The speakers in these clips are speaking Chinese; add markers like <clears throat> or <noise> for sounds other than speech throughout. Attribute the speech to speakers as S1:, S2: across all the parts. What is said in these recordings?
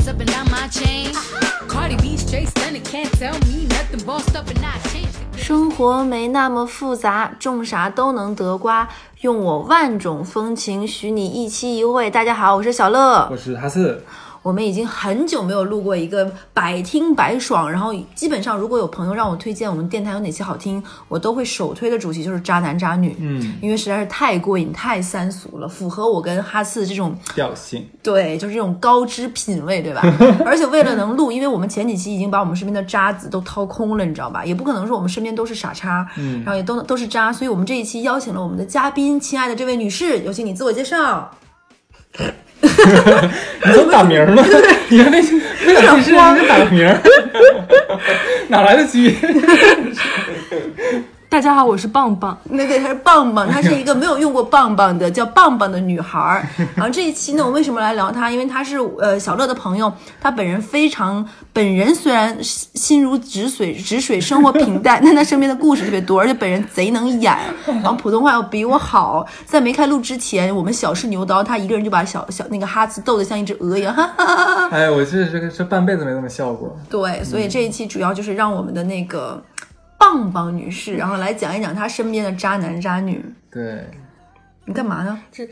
S1: I change. Cardi B straight stunning, can't tell me nothing. Bossed up and I changed.
S2: 生活没那么复杂，种啥都能得瓜。用我万种风情，许你一期一会。大家好，我是小乐
S3: 我。是哈斯，
S2: 我们已经很久没有录过一个百听百爽，然后基本上如果有朋友让我推荐我们电台有哪些好听，我都会首推的主题就是渣男渣女。
S3: 嗯，
S2: 因为实在是太过瘾、太三俗了，符合我跟哈四这种
S3: 调性，
S2: 对，就是这种高知品味，对吧？ <laughs> 而且为了能录，因为我们前几期已经把我们身边的渣子都掏空了，你知道吧？也不可能说我们身边都是傻叉，
S3: 嗯
S2: 然后也都都是渣，所以我们这一期邀请了我们的嘉宾，亲爱的这位女士，有请你自我介绍。
S3: 你怎么打名儿呢？ <laughs> 你看那那两件事就打个名儿，哪来得及？
S4: 大家好，我是棒棒。
S2: 那对，她是棒棒，她是一个没有用过棒棒的叫棒棒的女孩儿。然后这一期呢，我为什么来聊她？因为她是呃小乐的朋友，她本人非常呃本人虽然心呃心如止水，止水生活平淡，但她身边的故事特别多，而且本人贼能演，然后普通话又比我好。在没开录之前，我们小试牛刀，她一个人就把小小那个哈茨逗得像一只鹅一样，哈 <laughs> 哈
S3: 哎，我这这这半辈子没这么笑过。
S2: 对，所以这一期主要就是让我们的那个棒棒女士，然后来讲一讲她身边的渣男渣女。
S3: 对，
S2: 你干嘛呢？
S4: 这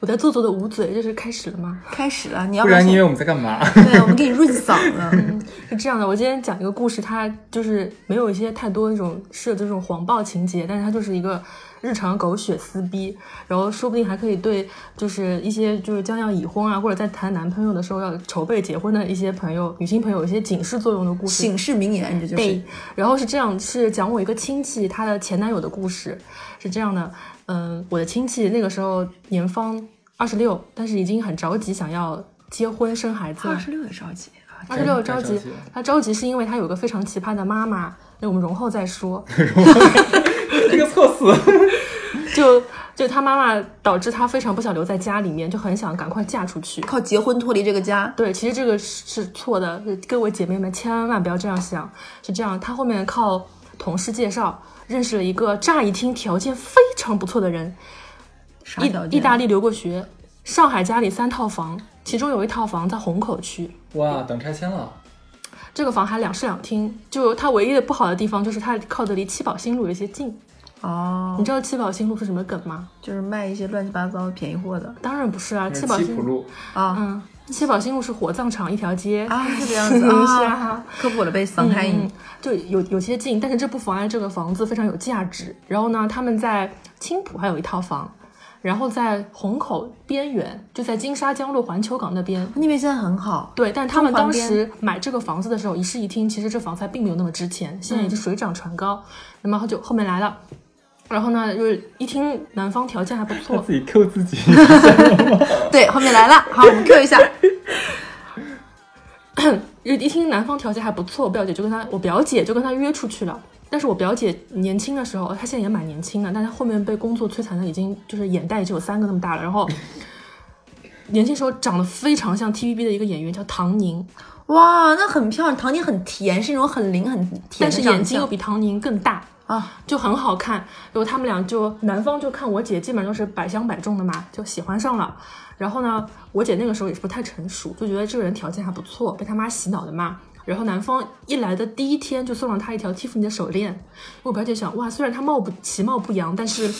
S4: 我在做作的捂嘴，这是开始了吗？
S2: 开始了，你要
S3: 不
S2: 不要
S3: 然你以为
S2: 先？
S3: 我们在干嘛？
S2: 对，我们给
S4: <laughs>
S2: 你润嗓了。嗯
S4: 是这样的，我今天讲一个故事，它就是没有一些太多那种设这种黄暴情节，但是它就是一个日常狗血撕逼，然后说不定还可以对就是一些就是将要已婚啊，或者在谈男朋友的时候要筹备结婚的一些朋友、女性朋友有一些警示作用的故事。
S2: 醒世名言，这就
S4: 对
S2: 是。，
S4: 然后是这样，是讲我一个亲戚她的前男友的故事，是这样的，嗯、我的亲戚那个时候年方二十六，但是已经很着急想要结婚生孩子了，
S2: 六也着急啊！
S4: 二十六着
S3: 太着
S4: 急
S3: 急了，
S4: 他着急是因为他有个非常奇葩的妈妈，那我们容后再说。
S3: 这个措辞，
S4: 就就他妈妈导致他非常不想留在家里面，就很想赶快嫁出去。
S2: 靠结婚脱离这个家，
S4: 对，其实这个是是错的，各位姐妹们千万不要这样想。是这样，她后面靠同事介绍认识了一个乍一听条件非常不错的人，
S2: 啥条
S4: 意
S2: 件？
S4: 意大利留过学，上海家里三套房，其中有一套房在虹口区，
S3: 哇，等拆迁了，
S4: 这个房还两室两厅。就它唯一的不好的地方就是它靠得离七宝新路有一些近。
S2: 哦
S4: 你，知道七宝新路是什么梗吗？
S2: 就是卖一些乱七八糟的便宜货
S4: <laughs>
S2: 的
S4: 当然不是啊，七宝
S3: 七
S4: 新
S3: 浦
S4: 路，
S3: 路，
S2: 啊
S4: 嗯，七宝新路是火葬场一条街
S2: 啊，是这样子
S4: 哎是
S2: 啊
S4: 啊。
S2: 科普了被桑开
S4: 嗯，就有有些近，但是这不妨碍这个房子非常有价值。然后呢，他们在青浦还有一套房，然后在虹口边缘，就在金沙江路环球港那边。
S2: 那边现在很好，
S4: 对，但他们当
S2: 中环
S4: 时买这个房子的时候，一室一厅，其实这房子还并没有那么值钱，现在
S2: 嗯
S4: 已经水涨船高。那么就后面来了，然后呢，就是一听男方条件还不错，
S3: 自己 Q 自己，
S2: 对，后面来了，好，我们 Q 一
S4: <laughs>
S2: 下，
S4: <coughs> 一一听男方条件还不错，我表姐就跟他，我表姐就跟他约出去了。但是我表姐年轻的时候，她现在也蛮年轻的，但她后面被工作摧残的已经就是眼袋只有三个那么大了。然后年轻时候长得非常像 TVB 的一个演员叫唐宁，
S2: 哇，那很漂亮，唐宁很甜，是那种很灵很甜的
S4: 但是
S2: 长相，
S4: 眼睛又比唐宁更大，
S2: 啊，
S4: 就很好看。然后他们俩就男方就看我姐，基本上都是百相百中的嘛，就喜欢上了。然后呢，我姐那个时候也是不太成熟，就觉得这个人条件还不错，被他妈洗脑的嘛。然后男方一来的第一天就送了她一条 Tiffany 的手链，我表姐想，哇，虽然她貌不其貌不扬，但是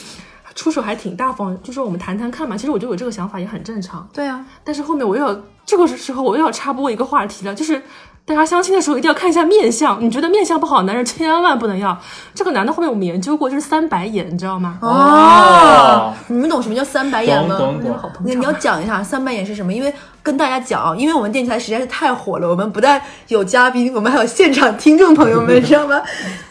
S4: 出手还挺大方，就说我们谈谈看嘛。其实我就有这个想法也很正常。
S2: 对啊，
S4: 但是后面我又要这个时候我又要插播一个话题了，就是大家相亲的时候一定要看一下面相，你觉得面相不好，男人千万不能要。这个男的后面我们研究过，就是三白眼，你知道吗？
S2: 哦，哎你们懂什么叫三白眼
S3: <laughs> 懂
S2: 吗？
S3: 懂
S4: 好
S3: 懂，
S4: 捧
S2: 你
S4: 场
S2: 你要讲一下三白眼是什么？因为跟大家讲，因为我们电台实在是太火了，我们不但有嘉宾，我们还有现场听众朋友 <laughs> 们，知道吗？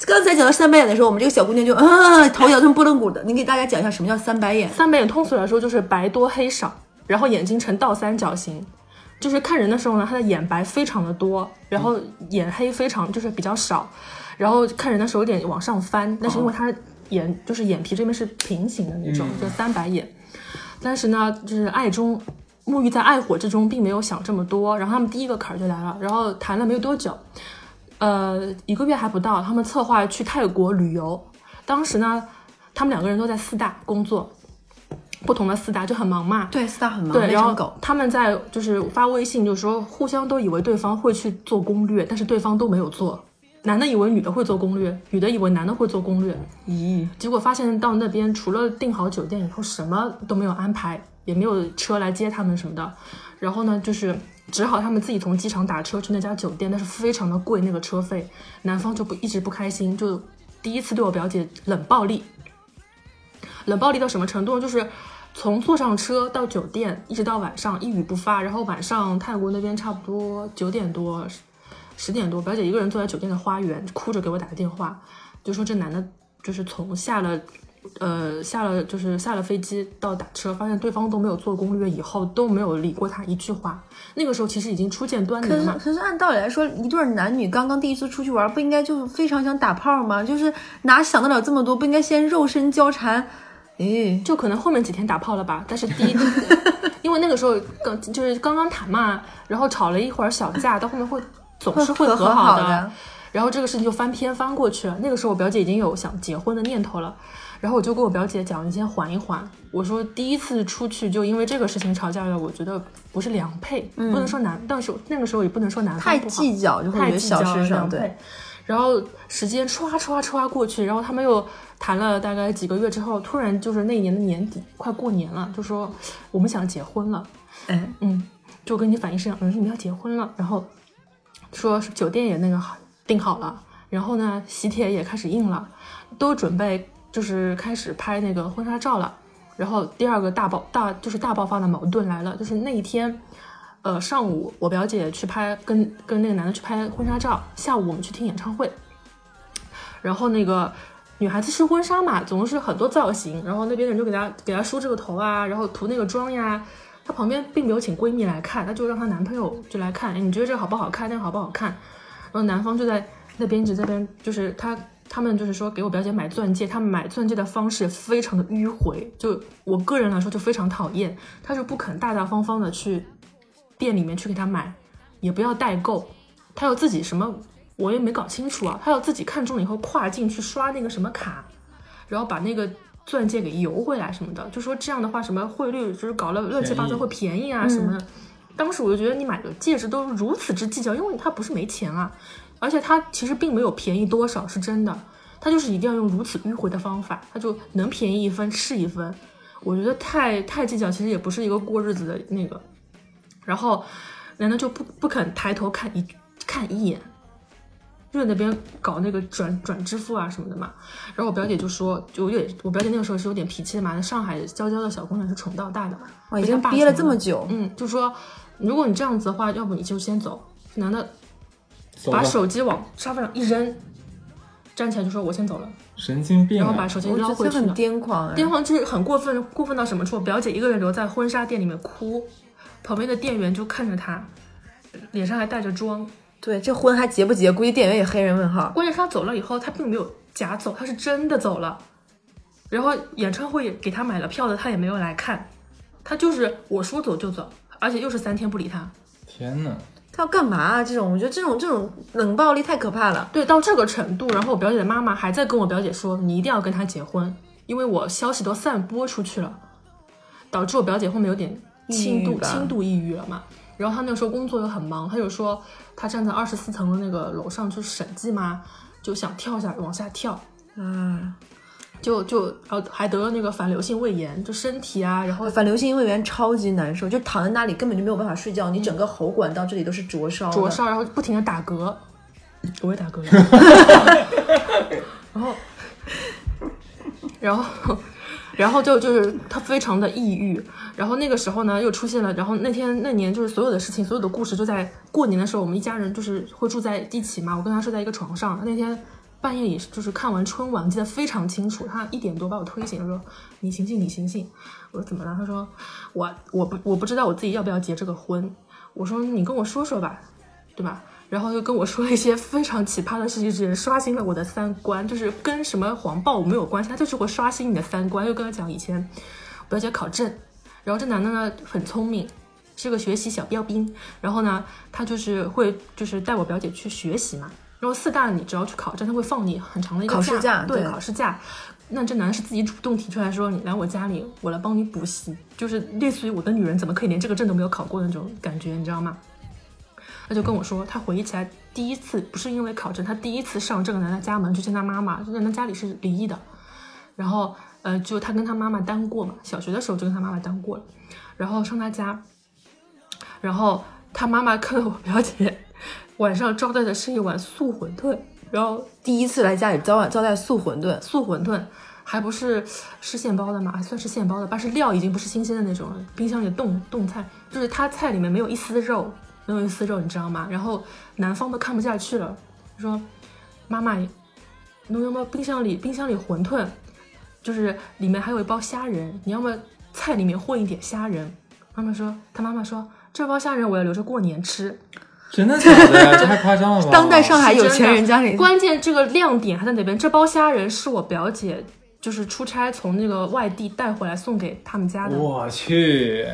S2: 刚才讲到三白眼的时候，我们这个小姑娘就啊头摇成拨浪鼓的。你给大家讲一下什么叫三白眼？
S4: 三白眼通俗来说就是白多黑少，然后眼睛呈倒三角形。就是看人的时候呢，他的眼白非常的多，然后眼黑非常就是比较少，然后看人的时候有点往上翻，但是因为他眼就是眼皮这边是平行的那种，就三白眼。但是呢，就是爱中沐浴在爱火之中，并没有想这么多。然后他们第一个坎儿就来了，然后谈了没有多久，呃，一个月还不到，他们策划去泰国旅游。当时呢，他们两个人都在四大工作，不同的四大就很忙嘛。
S2: 对，四大很忙，
S4: 对，
S2: 累
S4: 然
S2: 成
S4: 后
S2: 狗。
S4: 他们在就是发微信，就是说互相都以为对方会去做攻略，但是对方都没有做。男的以为女的会做攻略，女的以为男的会做攻略，
S3: 咦，
S4: 结果发现到那边除了订好酒店以后，什么都没有安排，也没有车来接他们什么的。然后呢，就是只好他们自己从机场打车去那家酒店，但是非常的贵那个车费。男方就不一直不开心，就第一次对我表姐冷暴力。冷暴力到什么程度呢？就是从坐上车到酒店，一直到晚上一语不发。然后晚上泰国那边差不多九点多、十点多，表姐一个人坐在酒店的花园，哭着给我打个电话，就说这男的就是从下了。呃，下了就是下了飞机到打车，发现对方都没有做攻略，以后都没有理过他一句话。那个时候其实已经初见端倪
S2: 可
S4: 了
S2: 是
S4: 嘛，
S2: 可是按道理来说，一对儿男女刚刚第一次出去玩，不应该就非常想打炮吗？就是哪想得了这么多？不应该先肉身交缠？咦、
S4: 就可能后面几天打炮了吧，但是第一，因为那个时候刚就是刚刚谈嘛，然后吵了一会儿小架，到后面会总是会
S2: 和
S4: 和
S2: 好
S4: 好然后这个事情就翻篇翻过去了。那个时候我表姐已经有想结婚的念头了，然后我就跟我表姐讲，你先缓一缓。我说第一次出去就因为这个事情吵架了，我觉得不是良配，不能说男，但是那个时候也不能说男方
S2: 嗯太
S4: 不好
S2: 计较就会
S4: 太
S2: 觉得
S4: 计
S2: 小
S4: 较
S2: 事
S4: 了，
S2: 上
S4: 良
S2: 对
S4: 配。。然后时间唰唰唰过去，然后他们又谈了大概几个月之后，突然就是那一年的年底，快过年了，就说我们想结婚了。
S2: 哎，
S4: 嗯，就跟你反映是嗯，你们要结婚了，然后说是酒店也那个好订好了，然后呢，喜帖也开始印了，都准备就是开始拍那个婚纱照了。然后第二个大爆大就是大爆发的矛盾来了，就是那一天，呃，上午我表姐去拍跟跟那个男的去拍婚纱照，下午我们去听演唱会，然后那个女孩子试婚纱嘛，总是很多造型，然后那边的人就给她给她梳这个头啊，然后涂那个妆呀。她旁边并没有请闺蜜来看，她就让她男朋友就来看，哎，你觉得这个好不好看？那个好不好看？然后男方就在那边一直在那边，就是他他们就是说给我表姐买钻戒，他们买钻戒的方式非常的迂回，就我个人来说就非常讨厌，他就不肯大大方方的去店里面去给她买，也不要代购，他要自己什么我也没搞清楚啊，他要自己看中了以后跨境去刷那个什么卡，然后把那个。钻戒给邮回来什么的，就说这样的话，什么汇率就是搞了乱七八糟
S3: 便宜
S4: 会便宜啊什么的。当时我就觉得你买的戒指都如此之计较，因为他不是没钱啊，而且他其实并没有便宜多少，是真的，他就是一定要用如此迂回的方法，他就能便宜一分是一分。我觉得太太计较，其实也不是一个过日子的那个。然后男的就不不肯抬头看一看一眼，就在那边搞那个转转支付啊什么的嘛。然后我表姐就说，就有点，我表姐那个时候是有点脾气的嘛，在上海娇娇的小姑娘是宠到大的，
S2: 我已
S4: 被她
S2: 经
S4: 爸
S2: 憋了
S4: 宠
S2: 这么
S4: 的
S2: 久，
S4: 嗯，就说如果你这样子的话，要不你就先走。男的
S3: 走吧
S4: 把手机往沙发上一扔，站起来就说：“我先走了。
S3: 神经”病
S4: 然后
S3: 啊
S4: 把！手机
S2: 我
S4: 捞
S2: 觉
S4: 回
S2: 得
S4: 去
S2: 很
S4: 了。
S2: 癫狂、哎。
S4: 癫狂就是很过分，过分到什么处？表姐一个人留在婚纱店里面哭，旁边的店员就看着她，脸上还带着妆。
S2: 对，这婚还结不结？估计店员也黑人问号。
S4: 关键是她走了以后，她并没有假走，她是真的走了。然后演唱会也给她买了票的，她也没有来看，她就是我说走就走，而且又是三天不理她。
S3: 天哪，
S2: 他要干嘛啊？这种，我觉得这种这种冷暴力太可怕了。
S4: 对，到这个程度，然后我表姐的妈妈还在跟我表姐说，你一定要跟他结婚，因为我消息都散播出去了，导致我表姐后面有点
S2: 抑
S4: 轻
S2: 郁
S4: 度
S2: 吧
S4: 轻度抑郁了嘛。然后她那个时候工作又很忙，她就说她站在二十四层的那个楼上去审计嘛，就想跳下往下跳，
S2: 啊，
S4: 就就呃还得了那个反流性胃炎，就身体啊，然后
S2: 呃反流性胃炎超级难受，就躺在那里根本就没有办法睡觉，你整个喉管到这里都是灼烧的。
S4: 灼烧，然后不停的打嗝， <laughs> 我也打嗝了， <laughs> 然后， <laughs> 然后，然后就就是他非常的抑郁，然后那个时候呢又出现了，然后那天那年就是所有的事情，所有的故事就在过年的时候，我们一家人就是会住在一起嘛，我跟他睡在一个床上，那天。半夜也是，就是看完春晚，记得非常清楚。他一点多把我推醒，说：“你醒醒，你醒醒。”我说：“怎么了？”他说：“我我不我不知道我自己要不要结这个婚。”我说：“你跟我说说吧。”对吧？然后又跟我说了一些非常奇葩的事情，只刷新了我的三观，就是跟什么黄暴没有关系，他就是会刷新你的三观。又跟我讲以前表姐考证，然后这男的呢很聪明，是个学习小标兵，然后呢他就是会就是带我表姐去学习嘛。然后四大你只要去考证，他会放你很长的一个
S2: 考试假
S4: 对
S2: 对
S4: 考试假。那这男的是自己主动提出来说，你来我家里，我来帮你补习，就是类似于我的女人怎么可以连这个证都没有考过那种感觉，你知道吗？他就跟我说，他回忆起来第一次不是因为考证，他第一次上这个男的家门去见他妈妈，这个男的家里是离异的，然后呃，就他跟他妈妈单过嘛，小学的时候就跟他妈妈单过了，然后上他家，然后他妈妈看到我表姐 <laughs> 晚上招待的是一碗素馄饨，然后
S2: 第一次来家里招待招待素馄饨，
S4: 素馄饨还不是是现包的嘛，还算是现包的，但是料已经不是新鲜的那种了，冰箱里冻冻菜，就是他菜里面没有一丝肉，没有一丝肉，你知道吗？然后男方都看不下去了，就说妈妈，侬要么冰箱里冰箱里馄饨，就是里面还有一包虾仁，你要么菜里面混一点虾仁。妈妈说，他妈妈说这包虾仁我要留着过年吃，
S3: 真的假的呀？这太夸张了吧！
S2: 当代上海
S4: 是
S2: 有
S4: 真的
S2: 钱人家里
S4: 关键这个亮点还在哪边？这包虾仁是我表姐就是出差从那个外地带回来送给他们家的，
S3: 我去，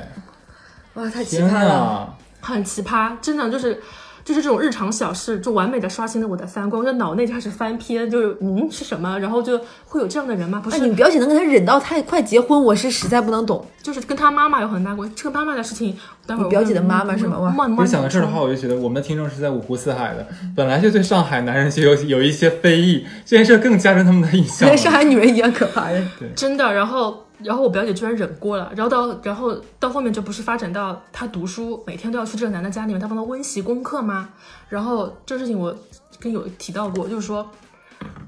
S2: 哇，太奇
S3: 天啊
S2: 葩了。
S3: 呐！
S4: 很奇葩，真的就是。就是这种日常小事，就完美的刷新了我的三观，我就脑内就开始翻篇，就是嗯是什么，然后就会有这样的人吗？不
S2: 那
S4: 是，
S2: 你表姐能跟他忍到太快结婚，我是实在不能懂。
S4: 就是跟他妈妈有很大关系。这个妈妈的事情，待会儿
S2: 你表姐的妈妈是吗哇
S4: 慢慢慢
S3: 不是想到这儿的话，
S4: 说
S3: 我就觉得我们的听众是在五湖四海的，本来就对上海男人就有有一些非议，这件事更加深他们的印象
S2: 跟
S3: 了。
S2: 上海女人一样可怕呀！
S4: 真的，然后然后我表姐居然忍过了，然后到然后到后面就不是发展到她读书，每天都要去这个男的家里面，她帮他温习功课吗？然后这事情我跟有提到过，就是说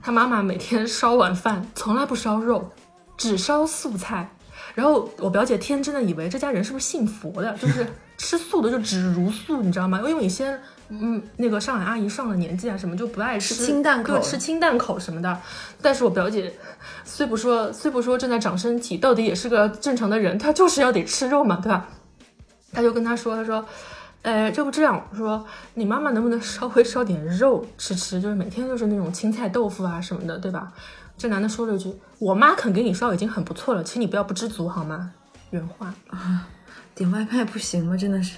S4: 她妈妈每天烧晚饭，从来不烧肉，只烧素菜。然后我表姐天真的以为这家人是不是信佛的，就是吃素的就只如素，你知道吗？因为有些嗯，那个上海阿姨上了年纪啊，什么就不爱吃
S2: 吃清淡口
S4: 对，吃清淡口什么的。但是我表姐虽不说虽不说正在长身体，到底也是个正常的人，她就是要得吃肉嘛，对吧？她就跟她说，她说。呃，这不这样，我说你妈妈能不能稍微烧点肉吃吃，就是每天就是那种青菜豆腐啊什么的，对吧？这男的说了一句：“我妈肯给你烧已经很不错了，请你不要不知足好吗？”原话
S2: 点外卖不行吗？真的是。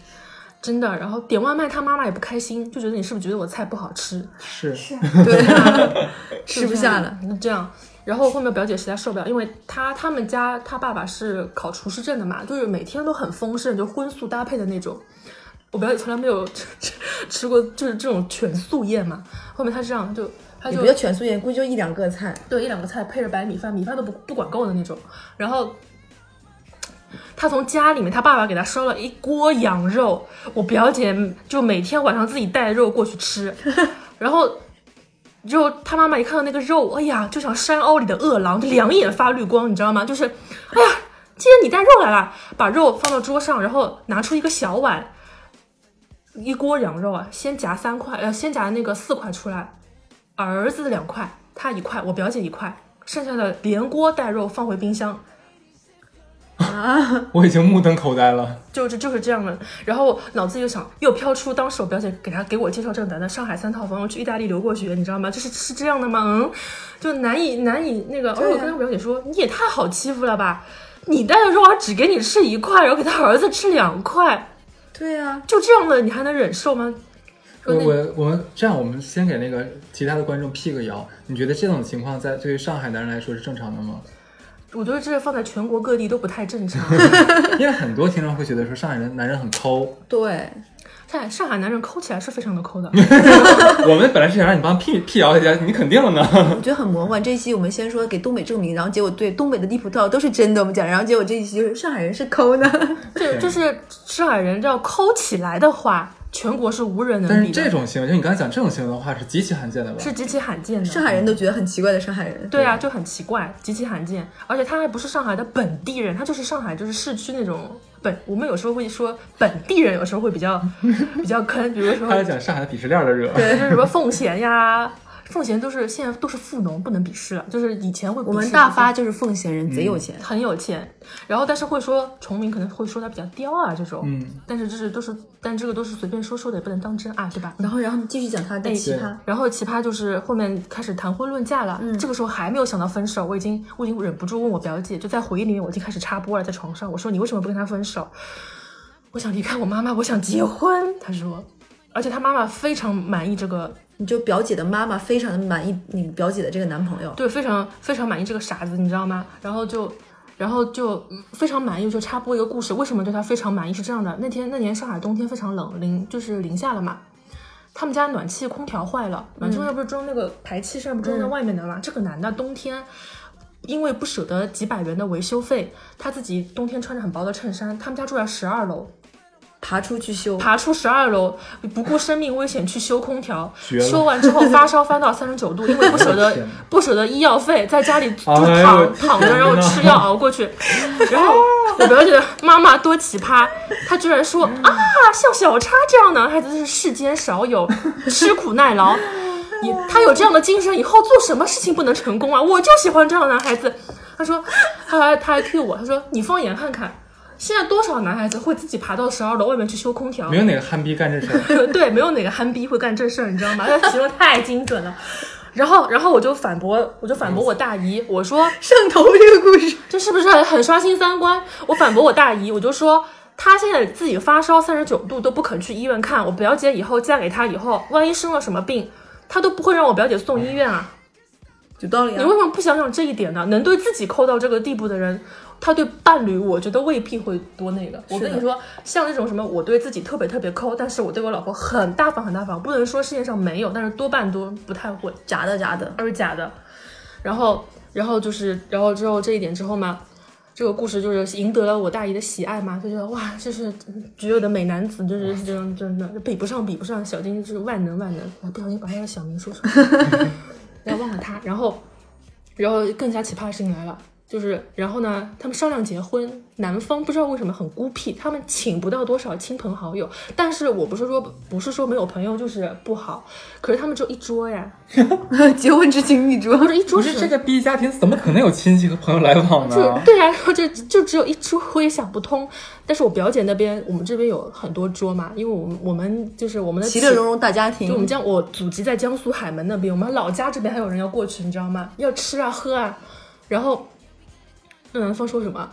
S4: 真的。然后点外卖，他妈妈也不开心，就觉得你是不是觉得我菜不好吃，
S3: 是
S2: 对
S4: <laughs>
S2: 啊，吃不下了。。
S4: 那这样，然后后面表姐实在受不了，因为她他们家她爸爸是考厨师证的嘛，就是每天都很丰盛，就荤素搭配的那种。我表姐从来没有吃吃吃过就是这种全素宴嘛。后面她这样就她
S2: 也
S4: 就
S2: 不叫全素宴，估计就一两个菜。
S4: 对，一两个菜配着白米饭，米饭都不不管够的那种。然后他从家里面，他爸爸给他烧了一锅羊肉，我表姐就每天晚上自己带肉过去吃，然后。肉，他妈妈一看到那个肉，哎呀，就像山凹里的饿狼，就两眼发绿光，你知道吗？就是，哎呀，今天你带肉来了，把肉放到桌上，然后拿出一个小碗，一锅羊肉啊，先夹三块，呃，先夹那个四块出来，儿子两块，他一块，我表姐一块，剩下的连锅带肉放回冰箱，
S3: 我已经目瞪口呆了。
S4: 就是就是这样的。然后脑子又想，又飘出当时我表姐给他给我介绍这个男的，上海三套房，我去意大利留过学，你知道吗？这是是这样的吗？嗯，就难以难以那个。而哦且我跟他表姐说，你也太好欺负了吧。你带的肉还只给你吃一块，然后给他儿子吃两块，
S2: 对啊，
S4: 就这样的你还能忍受吗？
S3: 我
S4: 说那
S3: 我我们这样，我们先给那个其他的观众辟个谣。你觉得这种情况在对于上海男人来说是正常的吗？
S4: 我觉得这放在全国各地都不太正常。 <laughs>
S3: 因为很多听众会觉得说上海人男人很抠。
S2: <laughs> 对，
S4: 上上海男人抠起来是非常的抠的，
S3: 我们本来是想让你帮辟辟谣一下，你肯定了呢。
S2: 我觉得很魔幻。这一期我们先说给东北证明，然后结果对东北的地图炮都是真的，我们讲，然后结果这一期就是上海人是抠呢。
S4: 对，就是上海人要抠起来的话，全国是无人
S3: 但
S4: 能
S3: 是
S4: 比的，
S3: 这种行为，就你刚才讲这种行为的话，是极其罕见的吧？
S4: 是极其罕见
S2: <laughs> 上
S4: 的。
S2: 海人都觉得很奇怪的上海人，
S4: 对啊，就很奇怪，极其罕见，而且他还不是上海的本地人，他就是上海就是市区那种本。我们有时候会说本地人，有时候会比较比较坑，比如说
S3: 他在讲上海的鄙视链的惹。
S4: 就是什么奉贤呀，奉贤都是现在都是富农，不能鄙视了，就是以前会鄙视
S2: 我们大
S4: 一些
S2: 发就是奉贤人，贼有钱。
S4: 很有钱，然后但是会说崇明可能会说他比较刁啊这种，
S3: 嗯，
S4: 但是这是都是，但这个都是随便说说的，也不能当真啊，对吧？
S2: 然后，然后继续讲他的奇葩。
S4: 然后奇葩就是后面开始谈婚论嫁了，这个时候还没有想到分手，我已经我已经忍不住问我表姐，就在回忆里面我已经开始插播了，在床上我说你为什么不跟他分手？我想离开我妈妈，我想结婚。她说，而且他妈妈非常满意这个，
S2: 你就表姐的妈妈非常的满意你表姐的这个男朋友，
S4: 对，非常非常满意这个傻子，你知道吗？然后就。然后就嗯非常满意，我就插播一个故事。为什么对他非常满意？是这样的，那天那年上海冬天非常冷，零就是零下了嘛，他们家暖气空调坏了，暖气空调不是装那个排气扇，不是装在外面的嘛？这个男的冬天因为不舍得几百元的维修费，他自己冬天穿着很薄的衬衫，他们家住在十二楼，
S2: 爬出去修，
S4: 爬出十二楼，不顾生命危险去修空
S3: <laughs>
S4: 调，
S3: 了
S4: 修完之后发烧翻到三十九度，因为不舍
S3: <laughs>
S4: 得
S3: 天哪
S4: 不舍得医药费，在家里就躺、
S3: 哎呦我
S4: 躺着，然后吃药熬过去。然后我表姐的妈妈多奇葩，她居然说啊，像小叉这样的男孩子是世间少有，吃苦耐劳。你他有这样的精神，以后做什么事情不能成功啊？我就喜欢这样的男孩子。他说，他还他还 Q 我，他说你放眼看看，现在多少男孩子会自己爬到十二楼外面去修空调？
S3: 没有哪个憨逼干这事儿。
S4: <laughs> 对，没有哪个憨逼会干这事儿，你知道吗？他形容太精准了。然后，然后我就反驳，我就反驳我大姨，我说
S2: <laughs> 上头这个故事，
S4: 这是不是很很刷新三观？我反驳我大姨，我就说她现在自己发烧三十九度都不肯去医院看，我表姐以后嫁给她以后，万一生了什么病，她都不会让我表姐送医院啊。
S2: 有道理
S4: 你
S2: 啊
S4: 为。什么不想想这一点呢？能对自己抠到这个地步的人，他对伴侣，我觉得未必会多那个。我跟你说，像那种什么，我对自己特别特别抠，但是我对我老婆很大方很大方，不能说世界上没有，但是多半都不太会，
S2: 假的假的， <laughs>
S4: 那是假的。然后，然后就是，然后之后这一点之后嘛。这个故事就是赢得了我大姨的喜爱嘛，就觉得哇，这是绝有的美男子，就是这样，真的比不上，比不上小丁就是万能万能，啊不小心把他的小名说出来了。不要忘了他。然后，然后更加奇葩的事情来了，就是然后呢，他们商量结婚，男方不知道为什么很孤僻，他们请不到多少亲朋好友。但是我不是说不是说没有朋友就是不好，可是他们只有一桌呀，
S2: 结婚之情一桌
S4: 不，是一桌
S3: 不
S4: 是
S3: 是这个逼家庭怎么可能有亲戚和朋友来往
S4: 就
S2: 嗯
S3: 呢？
S4: 对啊，然后就就只有一桌，我也想不通。但是我表姐那边，我们这边有很多桌嘛，因为我们我们就是我们的
S2: 其乐融融大家
S4: 就我
S2: 庭
S4: 们，江，我祖籍在江苏海门那边，我们老家这边还有人要过去，你知道吗？要吃啊喝啊，然后，那男方说什么？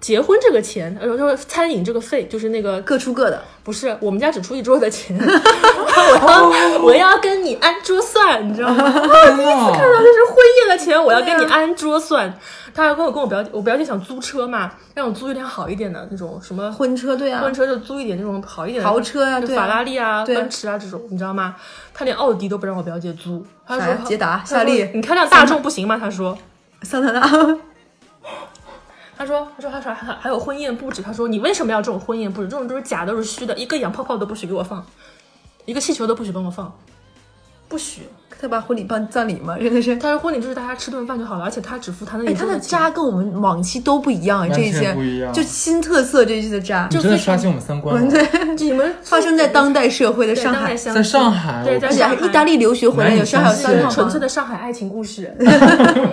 S4: 结婚这个钱，呃，就是餐饮这个费，就是那个
S2: 各出各的。
S4: 不是我们家只出一桌的钱， <laughs> 我要我要跟你按桌算，你知道吗？
S3: 真的啊，
S4: 那就是婚宴的钱，我要跟你
S2: 啊
S4: 按桌算。他还跟我跟我表姐，我表姐想租车嘛，让我租一辆好一点的那种什么
S2: 婚车对啊，
S4: 换车就租一点这种好一点的
S2: 豪车呀
S4: 就
S2: 对啊
S4: 法拉利啊、
S2: 对啊
S4: 奔驰啊这种，你知道吗？他连奥迪都不让我表姐租，他就
S2: 啥
S4: 说
S2: 呀捷达
S4: 他
S2: 夏利
S4: 说你开辆大众不行吗？他说，
S2: 桑塔纳，
S4: 他说，他说，他说还还有婚宴布置，他说你为什么要这种婚宴布置？这种都是假的，都是虚的，一个洋泡泡都不许给我放，一个气球都不许帮我放，不许。
S2: 他把婚礼办葬礼嘛，真的是。
S4: 他说婚礼就是大家吃顿饭就好了，而且他只付他那
S2: 哎，
S4: 一
S2: 他
S4: 桌
S2: 的
S4: 钱。
S2: 渣跟我们往期都不一样，哎这一
S3: 完
S2: 些
S3: 全不一样
S2: 就新特色这一期的渣， <laughs>
S3: 你真的刷新我们三观了。
S4: 就你们
S2: 发生在当代社会的
S4: 对
S2: 上
S4: 当
S2: 海
S4: 代，相
S3: 在
S4: 亲
S3: 上海
S4: 对，
S3: 我
S4: 在
S2: 而且
S4: 上
S2: 还
S4: 海
S2: 意大利留学回来，
S3: 难以
S2: 有上海有
S3: 相
S2: 三
S3: 信
S2: 套
S4: 纯粹
S2: 房，
S4: 的上海爱情故 <laughs> 事。哎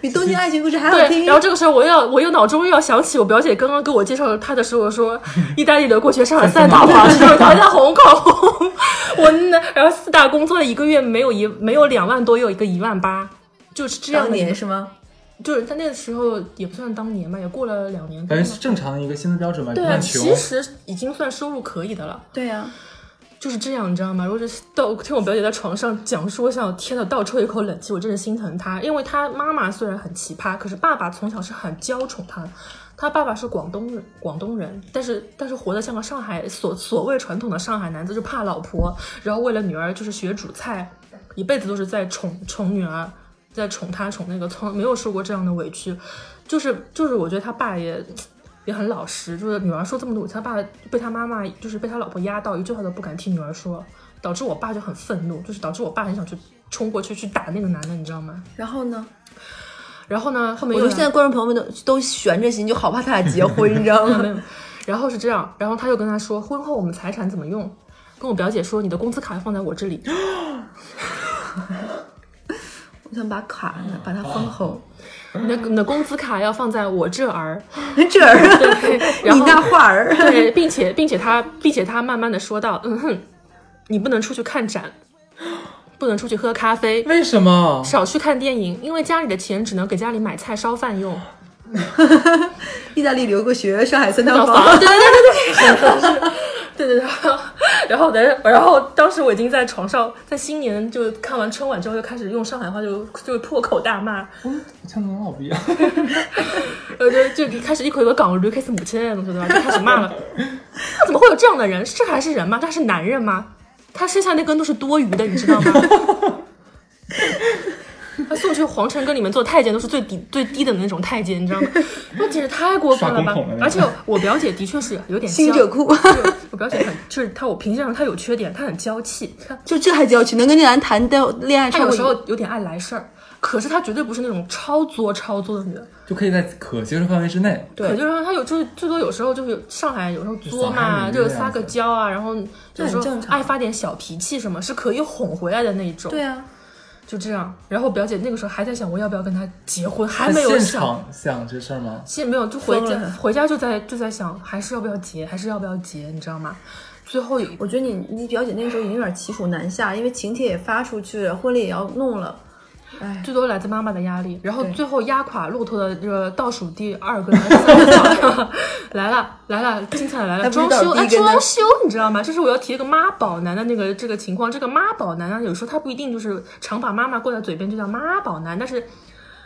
S2: 比东京爱情故事还好
S4: 对，
S2: 听
S4: 然。后这个时候我又要，我又脑中又要想起我表姐刚刚给我介绍她的时候 <laughs> 说，意大利留过学，上海三大 <laughs> 房，就是她在红口红，我 <laughs> 那然后四大工作了一个月没有一没有两万多，也有一个一万八，就是这样
S2: 当
S4: 的一个。
S2: 年是吗？
S4: 就是她那个时候也不算当年吧，也过了两年多
S3: 反
S4: 了
S3: 正。是正常的一个薪资标准吧，不
S4: 对
S3: 算哎
S4: 啊，
S3: 穷
S4: 其。实已经算收入可以的了。
S2: 对啊呀，
S4: 就是这样，你知道吗？如果是倒听我表姐在床上讲说，像天呐，倒抽一口冷气，我真是心疼她，因为她妈妈虽然很奇葩，可是爸爸从小是很娇宠她的。她爸爸是广东人，广东人，但是但是活得像个上海所所谓传统的上海男子，就怕老婆，然后为了女儿就是学煮菜，一辈子都是在宠宠女儿，在宠她宠那个，从没有受过这样的委屈，就是就是我觉得他爸也也很老实，就是女儿说这么多，他爸被他妈妈就是被他老婆压到，一句话都不敢听女儿说，导致我爸就很愤怒，就是导致我爸很想去冲过去去打那个男的，你知道吗？
S2: 然后呢？
S4: 然后呢，后面
S2: 我
S4: 又
S2: 觉得现在观众朋友们都都悬着心，就好怕他俩结婚，你知道
S4: 没
S2: 吗？
S4: 有，然后是这样，然后他又跟他说，婚后我们财产怎么用？跟我表姐说，你的工资卡放在我这里，
S2: <laughs> 我想把卡把他
S3: 啊
S2: 封喉，
S4: 你的你的工资卡要放在我这儿。
S2: <laughs> 这儿 <laughs>
S4: 对，然
S2: 你
S4: 后
S2: 那画儿，
S4: 对，并且并且他并且他慢慢的说道，嗯哼，你不能出去看展，不能出去喝咖啡，
S3: 为什么？
S4: 少去看电影，因为家里的钱只能给家里买菜烧饭用。
S2: <laughs> 意大利留过学，上海三
S4: 那
S2: 套
S4: 房，
S2: 房，
S4: 对对对对对， <laughs> 对对对，然后然后然后当时我已经在床上，在新年就看完春晚之后，就开始用上海话就就破口大骂，
S3: 我像侬老逼啊！ <laughs>
S4: 呃，就就开始一口一个港语开始母亲那种，对吧？就开始骂了。他怎么会有这样的人？这还是人吗？这还是男人吗？他剩下那根都是多余的，你知道吗？他送去皇城跟里面做太监都是最低最低等的那种太监，你知道吗？那简直太过分了吧
S3: 耍公孔的那！种
S4: 而且我表姐的确是有点
S2: <laughs> 新
S4: 娇
S2: 者哭
S4: 就我表姐很就是她，我平时上她有缺点，她很娇气，她
S2: <laughs> 就这还娇气，能跟这男人谈到恋爱
S4: 她
S2: 上
S4: 有
S2: 手，
S4: 时候有点爱来事儿，可是她绝对不是那种超作超作的女人。
S3: 就可以在可接受范围之内。
S4: 可就是说他有就是最多有时候就是上海有时候作
S3: 撒
S4: 嘛，
S3: 海
S4: 就
S3: 米
S4: 是
S3: 这样
S4: 撒个娇啊，然后有时
S2: 这很
S4: 候
S2: 正常
S4: 爱发点小脾气什么，是可以哄回来的那一种。
S2: 对，啊，
S4: 就这样。然后表姐那个时候还在想我要不要跟他结婚，还
S3: 在
S4: 没有
S3: 现
S4: 想。
S3: 场想这事儿吗？
S4: 现没有就回家
S2: 疯了，
S4: 回家就在就在想还是要不要结，还是要不要结，你知道吗？最后有
S2: 我觉得你你表姐那个时候已经有点骑虎难下，因为请帖也发出去了，婚礼也要弄了，哎，
S4: 最多来自妈妈的压力，然后
S2: 对
S4: 最后压垮骆驼的这个倒数第二根还是三根草 <laughs> 来了来了，精彩来
S2: 还
S4: 了！
S2: 不知
S4: 装
S2: 道
S4: 修哎，
S2: 第一根呢
S4: 装修你知道吗？这是我要提一个妈宝男的那个这个情况。这个妈宝男呢，啊有时候他不一定就是常把妈妈挂在嘴边，就叫妈宝男，但是。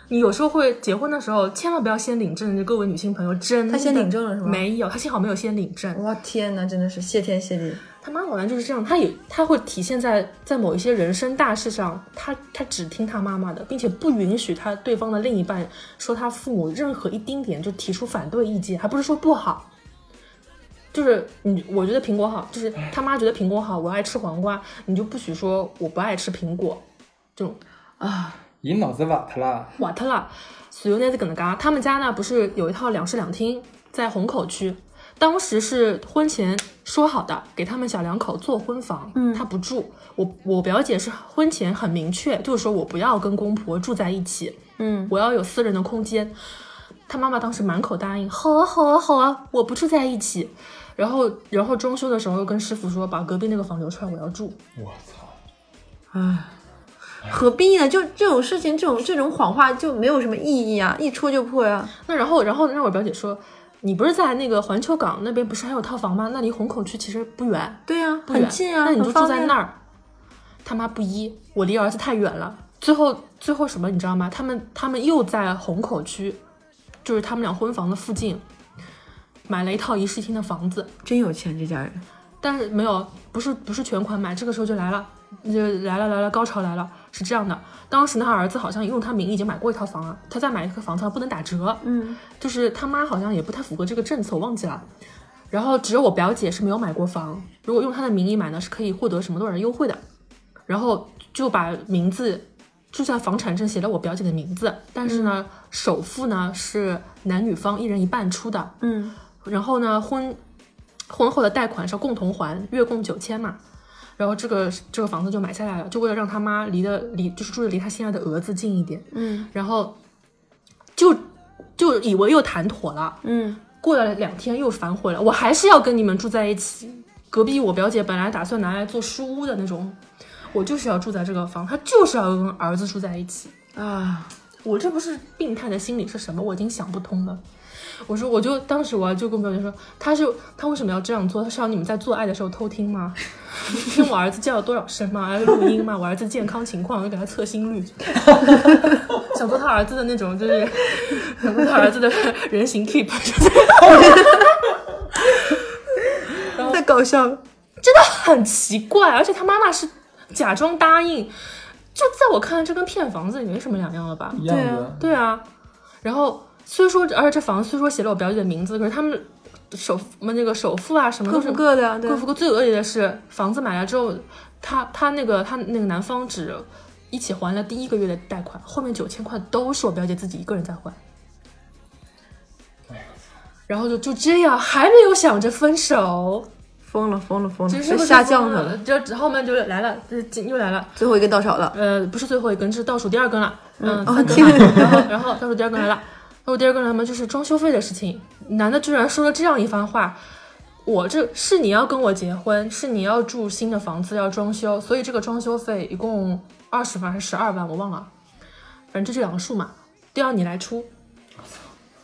S4: 你有时候会结婚的时候，千万不要先领证。各位女性朋友，真的
S2: 他先领证了是吗
S4: 没有，他幸好没有先领证。
S2: 我天哪，真的是谢天谢地，
S4: 他妈宝男就是这样，他也他会体现在在某一些人生大事上，他他只听他妈妈的，并且不允许他对方的另一半说他父母任何一丁点就提出反对意见，还不是说不好，就是你我觉得苹果好，就是他妈觉得苹果好，我爱吃黄瓜，你就不许说我不爱吃苹果，这种
S3: 你脑子瓦特啦！
S4: 瓦特了，所以那是搿能介。啊他们家呢不是有一套两室两厅在虹口区，当时是婚前说好的，给他们小两口做婚房，嗯，他不住。我我表姐是婚前很明确，就是说我不要跟公婆住在一起，
S2: 嗯，
S4: 我要有私人的空间。他妈妈当时满口答应，好啊好啊好啊，我不住在一起。然后然后装修的时候又跟师傅说，把隔壁那个房留出来，我要住。
S3: 我操！
S2: 何必呢？就这种事情，这种这种谎话就没有什么意义啊，一戳就破呀、
S4: 那然后，然后让我表姐说，你不是在那个环球港那边不是还有套房吗？那离虹口区其实不远，
S2: 对呀、
S4: 不远，
S2: 很近啊，
S4: 那你就
S2: 很方
S4: 住
S2: 便
S4: 在那儿。他妈不依，我离儿子太远了。最后，最后什么你知道吗？他们他们又在虹口区，就是他们俩婚房的附近，买了一套一室一厅的房子。
S2: 真有钱这家人，
S4: 但是没有，不是不是全款买，这个时候就来了，就来了来了，高潮来了，是这样的，当时呢，他儿子好像用他名义已经买过一套房了，他再买一个房子不能打折，嗯，就是他妈好像也不太符合这个政策，我忘记了。然后只有我表姐是没有买过房，如果用她的名义买呢，是可以获得什么多少的优惠的。然后就把名字就在房产证写了我表姐的名字，但是呢，首付呢是男女方一人一半出的，
S2: 嗯，
S4: 然后呢，婚婚后的贷款是要共同还，月供九千嘛。然后这个这个房子就买下来了，就为了让他妈离得离就是住的离他心爱的儿子近一点。
S2: 嗯
S4: 然后就就以为又谈妥了，
S2: 嗯，
S4: 过了两天又反悔了，我还是要跟你们住在一起。隔壁我表姐本来打算拿来做书屋的那种，我就是要住在这个房，她就是要跟儿子住在一起。
S2: 啊，
S4: 我这不是病态的心理是什么？我已经想不通了。我说，我就当时我就跟我表姐说，他是他为什么要这样做？他是要你们在做爱的时候偷听吗？ <laughs> 听我儿子叫了多少声吗？还录音吗？我儿子健康情况，我就给他测心率， <laughs> 想做他儿子的那种，就是想做他儿子的人形 keep，就是 <laughs>
S2: 太搞笑了，
S4: 真的很奇怪。而且他妈妈是假装答应，就在我看来，这跟骗房子也没什么两样了吧？
S3: 一样
S2: 对
S3: 的
S2: 啊，
S4: 对啊，然后虽说，而且这房子虽说写了我表姐的名字，可是他们首那个首付啊什么
S2: 各
S4: 都是
S2: 付各的啊，对
S4: 各付各。最恶劣的是，房子买了之后，他他那个他那个男方只一起还了第一个月的贷款，后面九千块都是我表姐自己一个人在还。然后就就这样，还没有想着分手，
S2: 疯了疯了疯
S4: 真
S2: 了，
S4: 是不
S2: 被
S4: 是
S2: 下降
S4: 疯
S2: 他
S4: 了
S2: 了，，
S4: 就后面就来了，就又来了。
S2: 最后一个稻草了，
S4: 呃，不是最后一根，是倒数第二根了，嗯，
S2: 哦
S4: 三根
S2: 天
S4: 了，然后然后倒数第二根来了，倒数第二根来嘛，就是装修费的事情，男的居然说了这样一番话，我这是你要跟我结婚，是你要住新的房子要装修，所以这个装修费一共二十万还是十二万，我忘了，反正就这两个数嘛，都要你来出，啊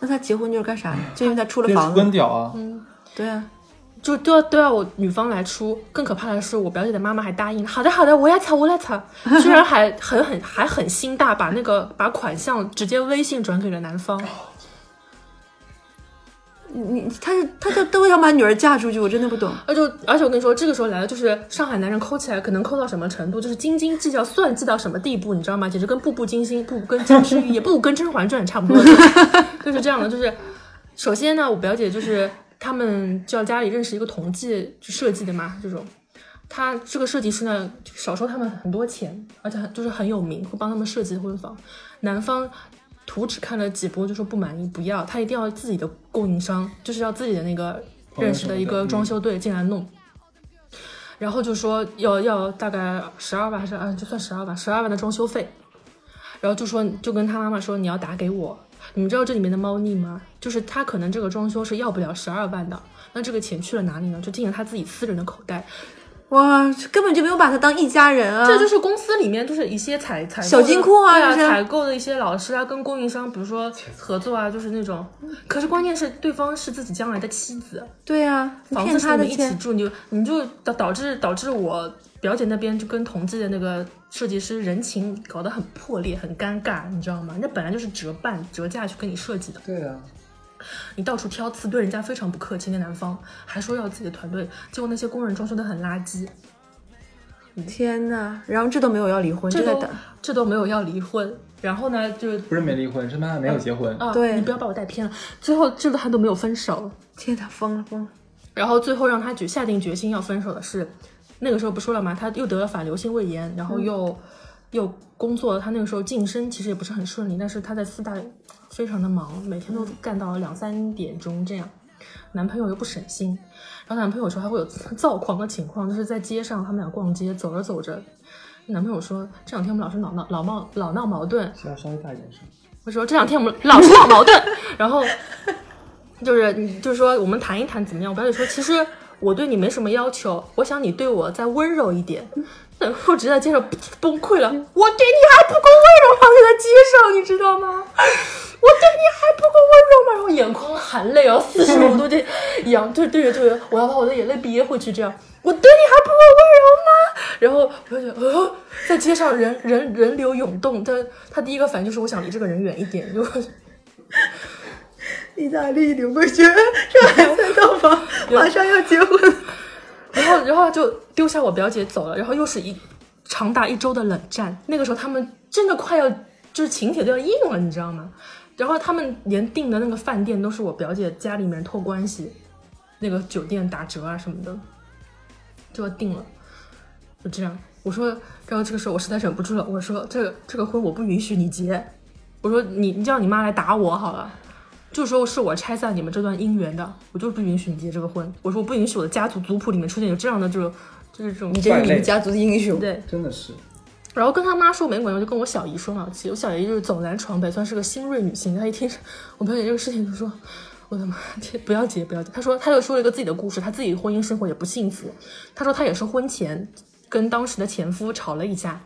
S2: 那他结婚就是干啥呀？就因为他出了
S3: 变
S2: 房
S3: 成官
S4: 嗯
S2: 子，
S3: 屌啊！
S2: 对啊，
S4: 就都要都要我女方来出。更可怕的是，我表姐的妈妈还答应，好的好的，我来操我来操，居然还很很还很心大，把那个把款项直接微信转给了男方。
S2: 你他是他都都想把女儿嫁出去，我真的不懂。
S4: 而且而且我跟你说，这个时候来了，就是上海男人抠起来，可能抠到什么程度，就是斤斤计较、算计到什么地步，你知道吗？简直跟步步惊心、步步跟甄之玉叶、步步跟《甄嬛传》差不多， <laughs> 就是这样的。就是首先呢，我表姐就是他们叫家里认识一个同济就设计的嘛，这种。他这个设计师呢，就少收他们很多钱，而且很就是很有名，会帮他们设计婚房。男方图只看了几波就说不满意，不要，他一定要自己的供应商，就是要自己的那个
S3: 友
S4: 认识的
S3: 什
S4: 一
S3: 么
S4: 个
S3: 的
S2: 嗯
S3: 嗯
S4: 装修队进来弄。然后就说要要大概十二万还是啊，就算十二万，十二万的装修费。然后就说就跟他妈妈说你要打给我。你们知道这里面的猫腻吗？就是他可能这个装修是要不了十二万的，那这个钱去了哪里呢？就进了他自己私人的口袋。
S2: 哇，根本就没有把他当一家人啊！
S4: 这就是公司里面就是一些采采购的
S2: 小金库啊
S4: 对啊，
S2: 这是
S4: 采购的一些老师啊，跟供应商，比如说合作啊，就是那种。可是关键是对方是自己将来的妻子，
S2: 对呀、你
S4: 房
S2: 骗
S4: 子是
S2: 他
S4: 你
S2: 的
S4: 们一起
S2: 钱，
S4: 住，你就你就导导致导致我表姐那边就跟同济的那个设计师人情搞得很破裂，很尴尬，你知道吗？那本来就是折半折价去跟你设计的，
S3: 对啊，
S4: 你到处挑刺，对人家非常不客气。那男方还说要自己的团队，结果那些工人装修的很垃圾，
S2: 天哪！然后这都没有要离婚，
S4: 这
S2: 在
S4: 都
S2: 等。
S4: 这都没有要离婚。然后呢，就是
S3: 不是没离婚，是妈妈没有结婚。
S4: 啊，
S2: 对
S4: 你不要把我带偏了。最后这个他都没有分手，
S2: 天哪，疯了疯了！
S4: 然后最后让他决下定决心要分手的是，那个时候不说了嘛，他又得了反流性胃炎，然后又、又工作，他那个时候晋升其实也不是很顺利，但是他在四大非常的忙，每天都干到两三点钟这样。男朋友又不省心，然后男朋友有时候还会有躁狂的情况，就是在街上他们俩逛街，走着走着，男朋友说这两天我们老是老闹老闹老闹矛盾，
S3: 需要稍微大一点声。
S4: 我说这两天我们老是闹矛盾，然后就是你就是说我们谈一谈怎么样？我表姐说，其实我对你没什么要求，我想你对我再温柔一点。等 <laughs> 我直接在街上崩溃了，我对你还不够温柔吗？我在街上，你知道吗？我对你还不够温柔吗？然后眼眶含泪啊，四十五度的仰，对对着对着，我要把我的眼泪憋回去，这样。我对你还不够温柔吗？然后我就觉得，呃，在街上人人人流涌动，他他第一个反应就是我想离这个人远一点，就
S2: 意大利刘桂
S4: <laughs>
S2: 娟，上海三套房，马上要结婚了。
S4: 然后然后就丢下我表姐走了，然后又是一长达一周的冷战。那个时候他们真的快要就是请帖都要硬了，你知道吗？然后他们连订的那个饭店都是我表姐家里面托关系，那个酒店打折啊什么的，就要订了，就这样。我说，然后这个时候我实在忍不住了，我说这个这个婚我不允许你结，我说你你叫你妈来打我好了。就说是我拆散你们这段姻缘的，我就不允许你结这个婚。我说我不允许我的家族族谱里面出现有这样的这种，就是这种。
S2: 你真是你们家族的英雄。
S4: 对，
S3: 真的是，
S4: 然后跟他妈说没管用，就跟我小姨说嘛。其实我小姨就是走南闯北，算是个新锐女性。她一听我表姐这个事情，就说：“我的妈，这不要结，不要结。”她说，她又说了一个自己的故事，她自己婚姻生活也不幸福。她说她也是婚前跟当时的前夫吵了一架，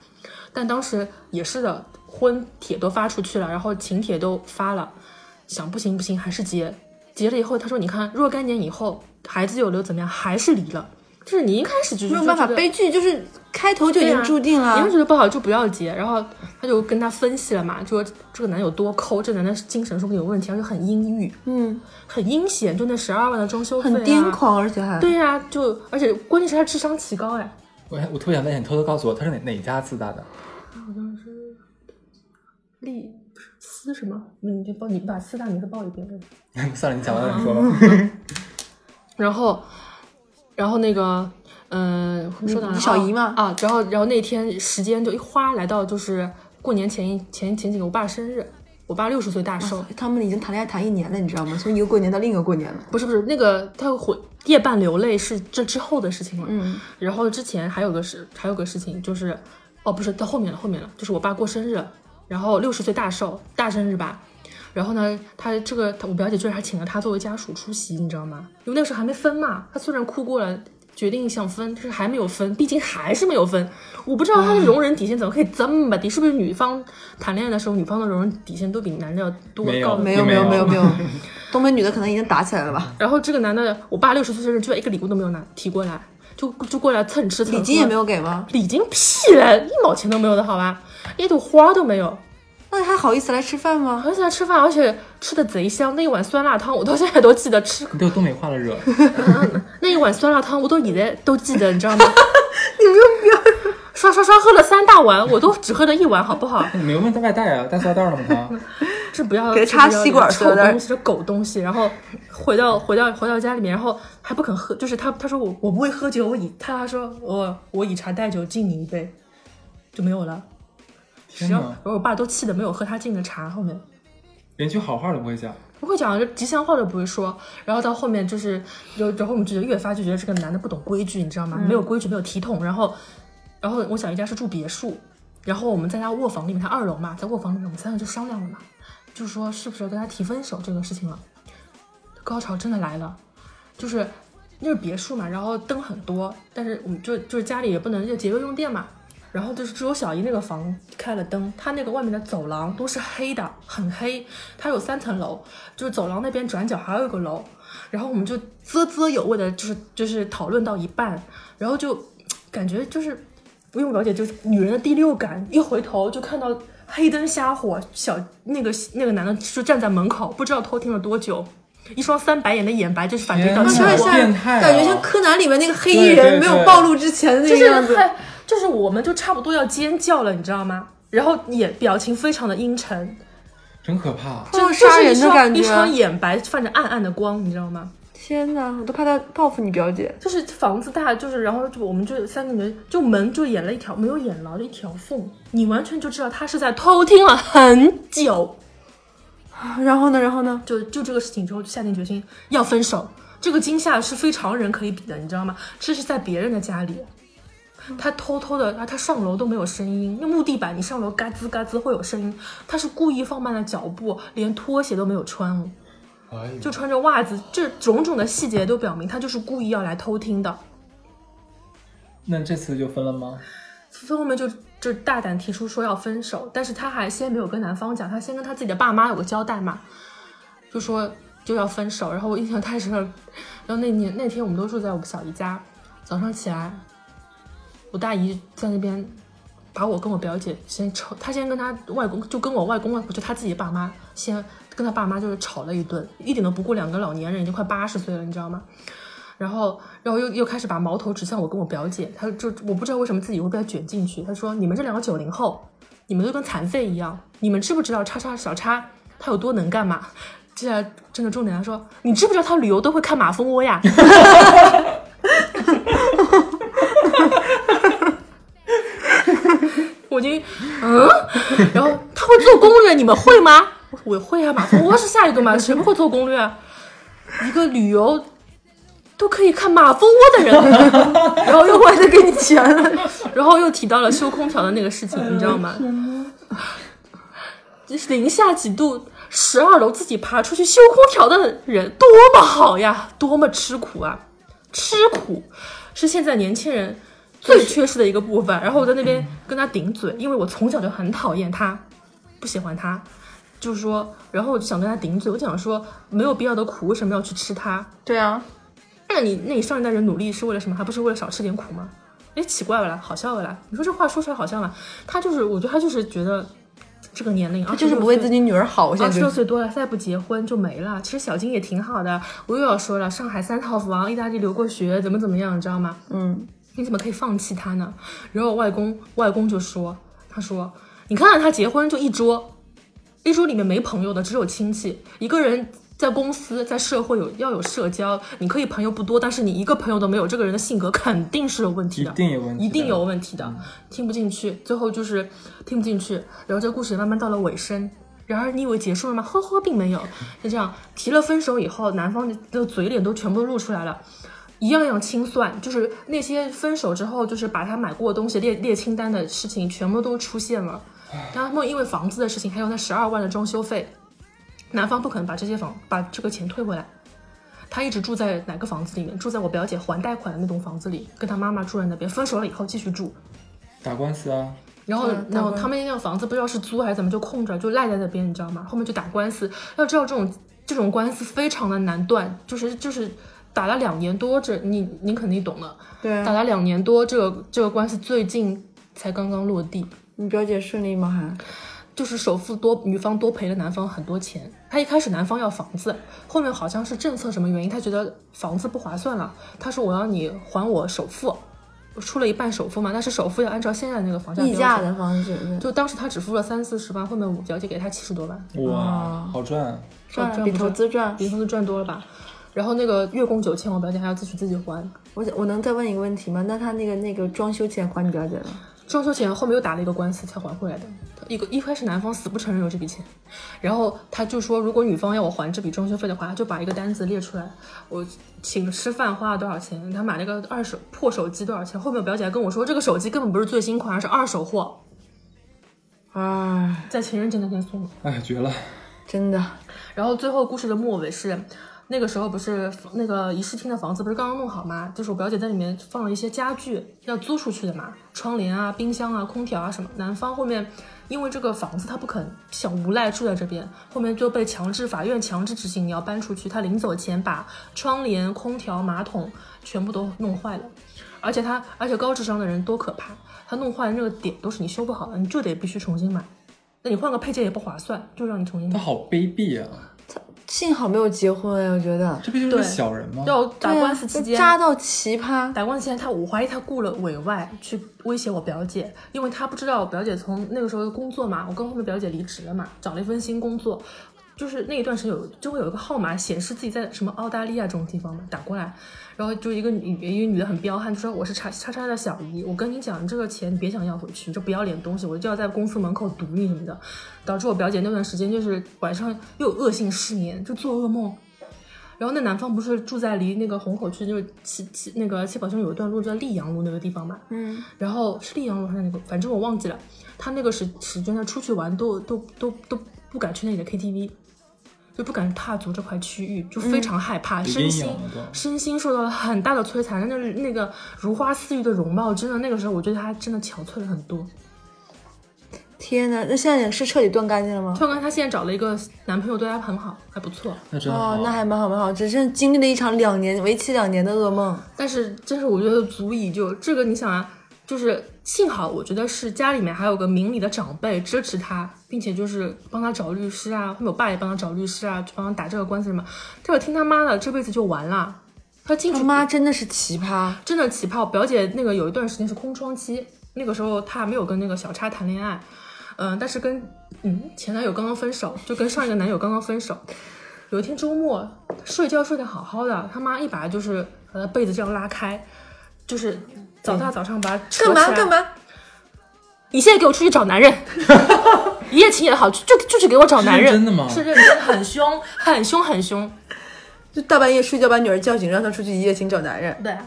S4: 但当时也是的，婚帖都发出去了，然后请帖都发了，想不行不行，还是结。结了以后，她说：“你看，若干年以后，孩子有了又怎么样？还是离了。”就是你一开始就
S2: 没有办法，
S4: 就觉得
S2: 悲剧就是开头就已
S4: 对
S2: 经注定
S4: 啊。你
S2: 了
S4: 要。觉得不好就不要结。然后他就跟他分析了嘛，就说这个男有多抠，这男的精神说不定有问题，而且很阴郁，
S2: 嗯，
S4: 很阴险，就那十二万的装修费、啊，
S2: 很癫。狂，而且还
S4: 对呀、就而且关键是他智商奇高哎，
S3: 我还我特别想问一下，你偷偷告诉我，他是哪哪家自大的？ <laughs>
S4: 利思什么？嗯，你报你把四大名字报一遍。
S3: 算了，你讲完了你说 <laughs> 吧。
S4: 然后，然后那个，嗯、呃，说到哪了
S2: 你小姨嘛
S4: 啊，然后然后那天时间就一花来到就是过年前一前前几个我爸生日，我爸六十岁大寿，
S2: 哎他们已经谈恋爱谈一年了，你知道吗？从一个过年到另一个过年
S3: <laughs>
S2: 了。
S4: 不是不是，那个他回夜半流泪是这之后的事情了。
S2: 嗯，
S4: 然后之前还有个事，还有个事情就是，哦，不是到后面了，后面了，就是我爸过生日，然后六十岁大寿大生日吧。然后呢，他这个他我表姐居然还请了他作为家属出席，你知道吗？因为那时候还没分嘛，他虽然哭过了，决定想分，但是还没有分，毕竟还是没有分。我不知道他的容忍底线怎么可以这么低，是不是女方谈恋爱的时候，女方的容忍底线都比男的要多
S3: 没有
S4: 高？
S2: 没
S3: 有
S2: 有没有
S3: 没
S2: 没
S3: 有
S2: 有
S3: <laughs>
S2: 没有，东北女的可能已经打起来了吧？
S4: 然后这个男的，我爸六十岁生日，居然一个礼物都没有拿提过来，就就过来蹭吃
S3: 嗯
S4: 蹭喝。
S2: 礼金也没有给吗？
S4: 礼金屁嘞，一毛钱都没有的好吧，一朵花都没有。
S2: 那还好意思来吃饭吗？
S4: 而且他吃饭，而且吃的贼香，那一碗酸辣汤我到现在都记得吃，
S3: 你被我东北话了惹。
S4: 那一碗酸辣汤我都以前都记得，你
S2: <laughs>
S4: 知道吗？你没有刷刷刷喝了三大碗，我都只喝了一碗，好不好？
S3: 你没有问他外带啊，带塑料袋了吗？他
S4: <laughs> 这不要
S2: 给他插吸管
S4: 这
S2: 对
S4: 不
S2: 不对
S4: 要这臭东西，这狗东西。然后回到回到回到家里面，然后还不肯喝，就是他他说我我不会喝酒，我以他说我我以茶代酒敬你一杯，就没有了。
S3: 天
S4: 然后
S3: 哪
S4: 然，后我爸都气的没有喝他敬的茶，后面
S3: 连句好话都不会讲。
S4: 不会讲，就吉祥话都不会说。然后到后面就是，就然后我们就觉得越发就觉得这个男的不懂规矩，你知道吗？没有规矩，没有体统。然后，然后我小姨家是住别墅，然后我们在他卧房里面，他二楼嘛，在卧房里面，我们三个就商量了嘛，就是说是不是要跟他提分手这个事情了。高潮真的来了，就是那是别墅嘛，然后灯很多，但是我们就就是家里也不能就节约用电嘛。然后就是只有小姨那个房开了灯，她那个外面的走廊都是黑的，很黑。它有三层楼，就是走廊那边转角还有一个楼。然后我们就啧啧有味的，就是就是讨论到一半，然后就感觉就是不用了解，就是女人的第六感，一回头就看到黑灯瞎火，小那个那个男的就站在门口，不知道偷听了多久，一双三白眼的眼白就是反追到
S3: 天
S4: 前
S3: 哪
S2: 有点
S4: 我。
S2: 像
S3: 变态啊
S2: 感觉像柯南里面那个黑衣
S3: 对对
S2: 人没
S3: 对
S2: 有暴露之前的那
S4: 就
S2: 个
S4: 是
S2: 样子。
S4: 快，就是我们就差不多要尖叫了，你知道吗？然后也表情非常的阴沉，
S3: 真可怕！
S2: 这种
S4: 就是
S2: 嗯杀人的
S4: 一双
S2: 感觉啊
S4: 一双眼白泛着暗暗的光，你知道吗？
S2: 天哪，我都怕他报复你表姐。
S4: 就是房子大，就是然后就我们就三个人，就门就演了一条没有演牢的一条缝，你完全就知道他是在偷听了很久。
S2: <laughs> 然后呢，然后呢？
S4: 就就这个事情之后，就下定决心要分手。这个惊吓是非常人可以比的，你知道吗？这是在别人的家里，
S3: 嗯
S4: 他偷偷的，啊，他上楼都没有声音，那木地板你上楼嘎吱嘎吱会有声音，他是故意放慢了脚步，连拖鞋都没有穿哦。
S3: 哎呦
S4: 就穿着袜子，这种种的细节都表明他就是故意要来偷听的。
S3: 那这次就分了吗？
S4: 所以后面就就大胆提出说要分手，但是他还先没有跟男方讲，他先跟他自己的爸妈有个交代嘛，就说就要分手。然后我印象太深了，然后那年那天我们都住在我们小姨家，早上起来，我大姨在那边把我跟我表姐先吵，她先跟她外公就跟我外公外婆就她自己爸妈先跟她爸妈就是吵了一顿，一点都不顾两个老年人已经快八十岁了，你知道吗？然后，然后又又开始把矛头指向我跟我表姐，她就我不知道为什么自己会被她卷进去。她说：“你们这两个九零后，你们就跟残废一样，你们知不知道叉叉小叉他有多能干嘛？”接下来真的重点，她说：“你知不知道他旅游都会看马蜂窝呀？” <laughs> 我就嗯，然后他会做攻略，你们会吗？我会啊，马蜂窝是下一个嘛，谁不会做攻略啊？一个旅游都可以看马蜂窝的人，然后又还得给你钱了，然后又提到了修空调的那个事情，你知道吗？就是零下几度，十二楼自己爬出去修空调的人多么好呀，多么吃苦啊！吃苦是现在年轻人最缺失的一个部分。然后我在那边跟他顶嘴，因为我从小就很讨厌他，不喜欢他。就是说，然后我就想跟他顶嘴，我想说没有必要的苦为什么要去吃它？
S2: 对啊，
S4: 那你那你上一代人努力是为了什么？还不是为了少吃点苦吗？哎，奇怪了啦，好笑了啦！你说这话说出来好笑吗？他就是，我觉得他就是觉得这个年龄，他
S2: 就是不为自己女儿好，我现
S4: 二
S2: 在
S4: 十
S2: 就
S4: 啊六
S2: 是
S4: 岁多了，再不结婚就没了。其实小金也挺好的，我又要说了，上海三套房，意大利留过学，怎么怎么样，你知道吗？
S2: 嗯，
S4: 你怎么可以放弃他呢？然后我外公外公就说，他说，你看看他结婚就一桌，一桌里面没朋友的，只有亲戚。一个人在公司在社会有要有社交，你可以朋友不多，但是你一个朋友都没有，这个人的性格肯定是有问题
S3: 一
S4: 的。
S3: 定有问题，嗯
S4: 一定有。问题的，听不进去，最后就是听不进去。然后这个故事也慢慢到了尾声。然而，你以为结束了吗？呵呵，并没有。就这样提了分手以后，男方的嘴脸都全部露出来了，一样样清算，就是那些分手之后就是把他买过的东西列列清单的事情，全部都出现了。然后他们因为房子的事情，还有那十二万的装修费，男方不可能把这些房把这个钱退回来。他一直住在哪个房子里面？住在我表姐还贷款的那栋房子里，跟他妈妈住在那边。分手了以后继续住，
S3: 打官司啊，
S4: 然后
S2: 嗯打
S4: 然后
S2: 官
S4: 他们那个房子不知道是租还是怎么就空着，就赖在那边，你知道吗？后面就打官司。要知道这种这种官司非常的难断，就是就是打了两年多，这你你肯定懂的，
S2: 对啊
S4: 打了两年多，这个这个官司最近才刚刚落地，
S2: 你表姐顺利吗？还
S4: 就是首付多，女方多赔了男方很多钱。他一开始男方要房子，后面好像是政策什么原因，他觉得房子不划算了，他说我要你还我首付，出了一半首付嘛，但是首付要按照现在那个房价
S2: 溢
S4: 标
S2: 价
S4: 准
S2: 的方式，对
S4: 就当时他只付了三四十万，后面我表姐给他七十多万，哦
S3: 哇，好赚！
S2: 赚了
S4: 赚
S2: 比
S4: 不
S2: 投
S4: 赚
S2: 资赚。
S4: 比投资赚多了吧？然后那个月供九千，我表姐还要自己自己还。
S2: 我想我能再问一个问题吗？那他那个那个装修钱还你表姐了？
S4: 装修钱后面又打了一个官司才还回来的。一个一开始男方死不承认有这笔钱，然后他就说，如果女方要我还这笔装修费的话，他就把一个单子列出来，我请吃饭花了多少钱，他买了个二手破手机多少钱。后面我表姐还跟我说，这个手机根本不是最新款，而是二手货，
S2: 唉，
S4: 在情人节那天送的。
S3: 哎，绝了！
S2: 真的，
S4: 然后最后故事的末尾是，那个时候不是那个仪式厅的房子不是刚刚弄好吗？就是我表姐在里面放了一些家具要租出去的嘛，窗帘啊、冰箱啊、空调啊什么。男方后面因为这个房子他不肯，想无赖住在这边，后面就被强制法院强制执行你要搬出去。他临走前把窗帘、空调、马桶全部都弄坏了。而且他，而且高智商的人多可怕！他弄坏的那个点都是你修不好的，你就得必须重新买。那你换个配件也不划算，就让你重新
S3: 他
S4: 买。
S3: 好卑鄙啊！
S2: 幸好没有结婚哎，我觉得。
S3: 这不就是个
S4: 对
S3: 小人吗？
S4: 要打
S2: 对啊
S4: 官司期间，
S2: 扎到奇葩，
S4: 打官司期间，他我怀疑他雇了委外去威胁我表姐，因为他不知道我表姐从那个时候工作嘛，我跟后面表姐离职了嘛，找了一份新工作，就是那一段时间有就会有一个号码显示自己在什么澳大利亚这种地方嘛打过来，然后就一个女一个女的很彪悍，就说我是叉叉叉的小姨，我跟你讲，你这个钱你别想要回去，你这不要脸东西，我就要在公司门口堵你什么的，导致我表姐那段时间就是晚上又有恶性失眠，就做噩梦。然后那男方不是住在离那个虹口区就是七七那个七宝巷有一段路叫溧阳路那个地方嘛，
S2: 嗯，
S4: 然后是溧阳路还是那个，反正我忘记了。他那个时时间他出去玩都都都都不敢去那里的 KTV，就不敢踏足这块区域，就非常害怕，
S3: 有
S4: 身
S3: 阴
S4: 心
S3: 影了都
S4: 身心受到了很大的摧残。那那个如花似玉的容貌，真的那个时候我觉得他真的憔悴了很多。
S2: 天哪！那现在是彻底断干净了吗？
S4: 突然间他现在找了一个男朋友，对他很好，还不错。
S3: 那真好
S2: 哦，，那还蛮好蛮好，只是经历了一场两年为期两年的噩梦。
S4: 但是，但是我觉得足以就这个，你想啊，就是幸好我觉得是家里面还有个明理的长辈支持他，并且就是帮他找律师啊，后面我爸也帮他找律师啊，就帮他打这个官司什么。这个听他妈的，这辈子就完了。他进
S2: 他
S4: 去
S2: 妈真的是奇葩，
S4: 真的起泡。表姐那个有一段时间是空窗期，那个时候她还没有跟那个小叉谈恋爱，嗯、但是跟嗯前男友刚刚分手，就跟上一个男友刚刚分手。有一天周末睡觉睡得好好的，他妈一把就是把她被子这样拉开，就是早大早上把她扯
S2: 干嘛
S4: 起来
S2: 干？嘛？
S4: 你现在给我出去找男
S3: <laughs>
S4: 人，一夜情也好，就就就是给我找男人，
S3: 是认真的吗
S4: 是认真，很凶，很凶，很凶。
S2: 就大半夜睡觉把女儿叫醒，让她出去一夜情找男人。
S4: 对啊、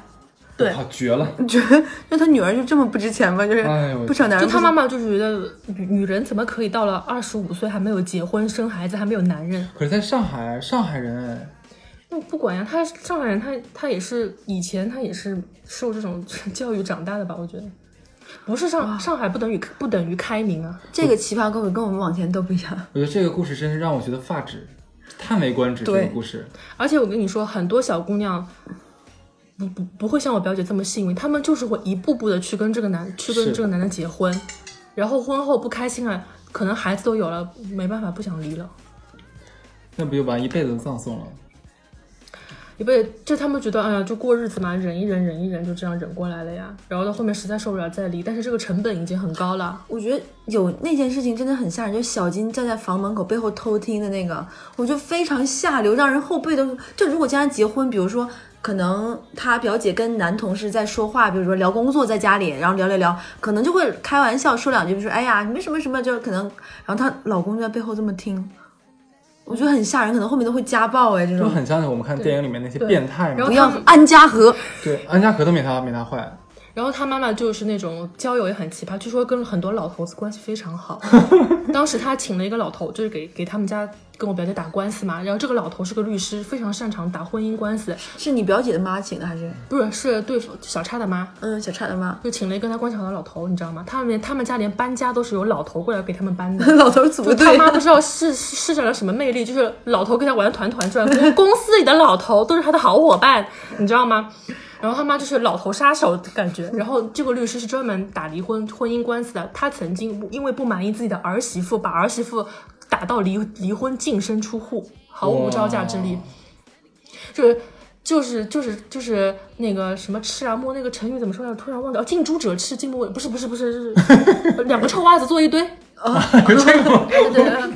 S4: 对
S3: 好绝了！
S2: 你觉得那他女儿就这么不值钱吗？就是
S3: 哎呦
S2: 不找男
S4: 就
S2: 人，
S4: 他
S2: 不
S4: 妈妈就觉得女女人怎么可以到了二十五岁还没有结婚生孩子还没有男人？
S3: 可是在上海，上海人哎，
S4: 那不管呀，他上海人他他也是以前他也是受这种 <laughs> 教育长大的吧？我觉得不是上上海不等于不等于开明啊，
S2: 这个奇葩跟我跟我们往前都不一样。
S3: 我觉得这个故事真是让我觉得发指，叹为观止。这
S2: 对
S3: 个故事，
S4: 而且我跟你说，很多小姑娘。不不不会像我表姐这么幸运，她们就是会一步步的去跟这个男去跟
S3: 是
S4: 这个男的结婚，然后婚后不开心了，可能孩子都有了，没办法不想离了。
S3: 那不就把一辈子葬送了？
S4: 嗯也被就他们觉得，哎呀，就过日子嘛，忍一忍，忍一忍，就这样忍过来了呀。然后到后面实在受不了再离，但是这个成本已经很高了。
S2: 我觉得有那件事情真的很吓人，就小金站在房门口背后偷听的那个，我觉得非常下流，让人后背都。就如果将来结婚，比如说可能他表姐跟男同事在说话，比如说聊工作在家里，然后聊聊聊，可能就会开玩笑说两句，比如说哎呀你们什么什么，就可能，然后她老公就在背后这么听，我觉得很吓人，可能后面都会家暴哎这
S3: 就
S2: 种，
S3: 很像我们看电影里面那些变态
S4: 然
S3: 嘛
S4: 后。
S2: 不要安家和。
S4: <laughs>
S3: 对，安家可都没他没他坏。
S4: 然然后他妈妈就是那种交友也很奇葩，据说跟很多老头子关系非常好。当时他请了一个老头，就是给给他们家跟我表姐打官司嘛。然后这个老头是个律师，非常擅长打婚姻官司，
S2: <laughs> 是你表姐的妈请的还是？
S4: 不是是对付小叉的妈，
S2: 嗯，小叉的 <laughs> 妈，
S4: 就请了一个跟他关系好的老头，你知道吗？他们连他们家连搬家都是由老头过来给他们搬的。
S2: 老头组
S4: 就
S2: 不
S4: 他
S2: 对，
S4: 妈不知道施施施展了什么魅力，就是老头跟他玩的团团转，公公司里的老头都是他的好伙伴，你知道吗？然后他妈就是老头杀手的感觉。然后这个律师是专门打离婚婚姻官司的，他曾经因为不满意自己的儿媳妇，把儿媳妇打到离离婚净身出户，毫无招架之力。就是就是就是就是那个什么吃啊摸那个成语怎么说来着？突然忘掉，哦近朱者赤，近墨不是不是不是，是 <laughs> 两个臭袜子坐一堆。
S3: 有这个吗？
S4: 对对，对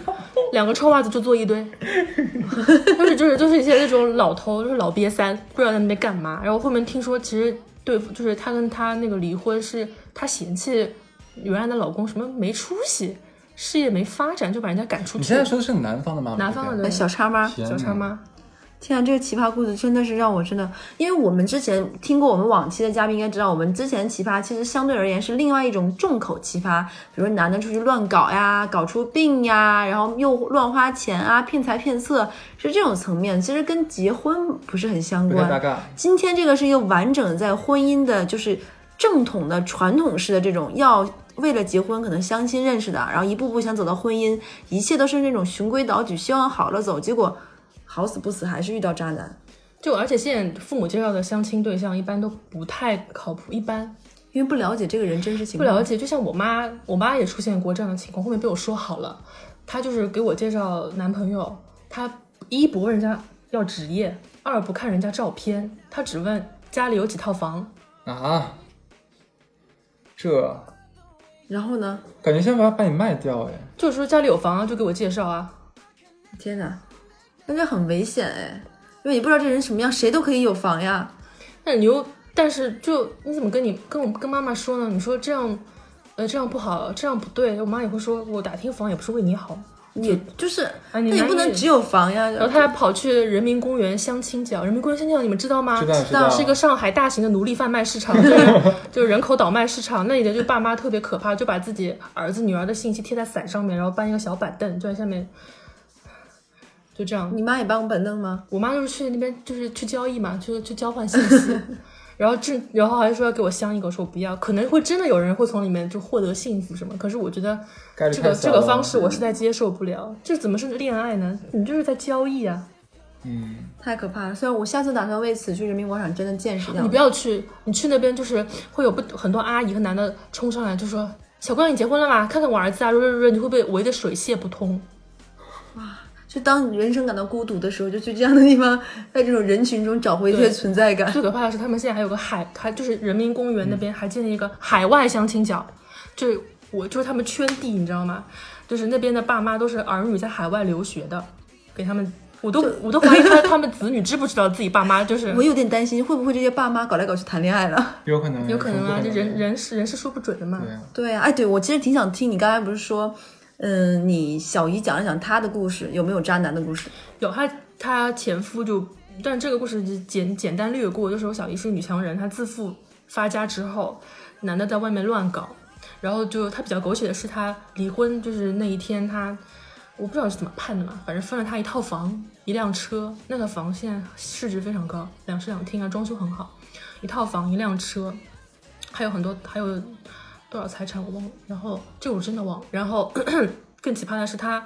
S4: 两个臭袜子就坐一堆， <laughs> 就是就是就是一些那种老头，就是老瘪三，不知道在那边干嘛。然后后面听说，其实对付，就是她跟她那个离婚是她嫌弃原来的老公什么没出息，事业没发展，就把人家赶出
S3: 你
S4: 去
S3: 现在。说哎的是南方的妈妈，
S4: 南方的
S3: 对
S4: 人
S2: 哎小叉妈，
S3: 不对
S4: 小叉？妈，
S2: 天啊，这个奇葩故事真的是让我真的，因为我们之前听过我们往期的嘉宾应该知道，我们之前奇葩其实相对而言是另外一种重口奇葩，比如男的出去乱搞呀，搞出病呀，然后又乱花钱啊，骗财骗色，是这种层面，其实跟结婚不是很相
S3: 不
S2: 关
S3: 太。搭嘎。
S2: 今天这个是一个完整在婚姻的，就是正统的传统式的这种要。为了结婚，可能相亲认识的，然后一步步想走到婚姻，一切都是那种循规蹈矩，希望好了走，结果好死不死还是遇到渣男，
S4: 就而且现在父母介绍的相亲对象一般都不太靠谱，一般
S2: 因为不了解这个人真实情
S4: 不
S2: 况。
S4: 了解，就像我妈，我妈也出现过这样的情况，后面被我说好了，她就是给我介绍男朋友，她一不问人家要职业，二不看人家照片，她只问家里有几套房，
S3: 啊，这
S2: 然后呢？
S3: 感觉像把把你卖掉哎，
S4: 就是说家里有房啊，就给我介绍啊，
S2: 天哪，那这很危险哎，因为你不知道这人什么样，谁都可以有房呀。
S4: 那你又但是就你怎么跟你跟我跟妈妈说呢？你说这样，呃，这样不好，这样不对，我妈也会说我打听房也不是为你好，
S2: 也就是，那
S4: 你
S2: 也不
S4: 难
S2: 能
S4: 以
S2: 只有房呀。
S4: 然后她还跑去人民公园相亲角，人民公园相亲角你们知道吗？
S3: 知道
S2: 道
S3: 道，
S4: 是一个上海大型的奴隶贩卖
S3: <laughs>
S4: 市场，就是就是人口倒卖市场。那里的就爸妈特别可怕，就把自己儿子女儿的信息贴在伞上面，然后搬一个小板凳，就在下面，就这样。
S2: 你妈也搬过板凳吗？
S4: 我妈就是去那边就是去交易嘛，就是去交换信息。 <laughs> 然后这，然后还说要给我相一个，我说我不要，可能会真的有人会从里面就获得幸福什么。可是我觉得
S3: 概率
S4: 这
S3: 太
S4: 个
S3: 小
S4: 这个
S3: 了嗯
S4: 方式我实在接受不了，这怎么是恋爱呢？你就是在交易啊！
S3: 嗯，
S2: 太可怕了！虽然我下次打算为此去人民广场真的见识一下。
S4: 你不要去，你去那边就是会有不很多阿姨和男的冲上来就说：“小姑娘，你结婚了吗？看看我儿子啊！”说说你会被围得水泄不通。
S2: 就当你人生感到孤独的时候，就去这样的地方，在这种人群中找回一些
S4: 对
S2: 存在感。
S4: 最可怕的是，他们现在还有个海，还就是人民公园那边还建立一个海外相亲角，就是我就是他们圈地，你知道吗？就是那边的爸妈都是儿女在海外留学的，给他们。我都我都怀疑他他们子女知不知道自己爸妈就是
S2: 我有点担心，会不会这些爸妈搞来搞去谈恋爱了？
S3: 有可能，
S4: 有可能啊，这
S3: 这
S4: 人人是人是说不准的嘛。
S3: 对啊，
S2: <laughs> 对啊，哎，对我其实挺想听你刚才不是说，嗯，你小姨讲一讲她的故事，有没有渣男的故事？
S4: 有她她前夫就，但这个故事就简简单略过，就是我小姨是个女强人，她自负发家之后，男的在外面乱搞，然后就她比较狗血的是她离婚，就是那一天她，我不知道是怎么判的嘛，反正分了她一套房、一辆车，那个房现在市值非常高，两室两厅啊，装修很好，一套房一辆车，还有很多还有多少财产我忘了，然后这我真的忘了，然后 <clears throat> 更奇葩的是她。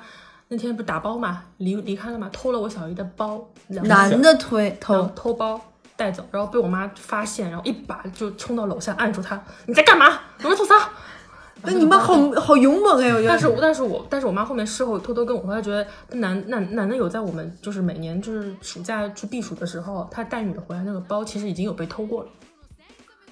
S4: 那天不是打包嘛，离离开了嘛，偷了我小姨的包，两个
S2: 男的推
S4: 然后
S2: 偷，
S4: 偷包带走，然后被我妈发现，然后一把就冲到楼下按住她，你在干嘛？你们偷啥？
S2: 那哎你妈好好勇猛哎！我觉
S4: 但
S2: 得
S4: 是我但是我但是我妈后面事后偷偷跟我说，她觉得男男男的有在我们就是每年就是暑假去避暑的时候，他带女的回来那个包其实已经有被偷过了。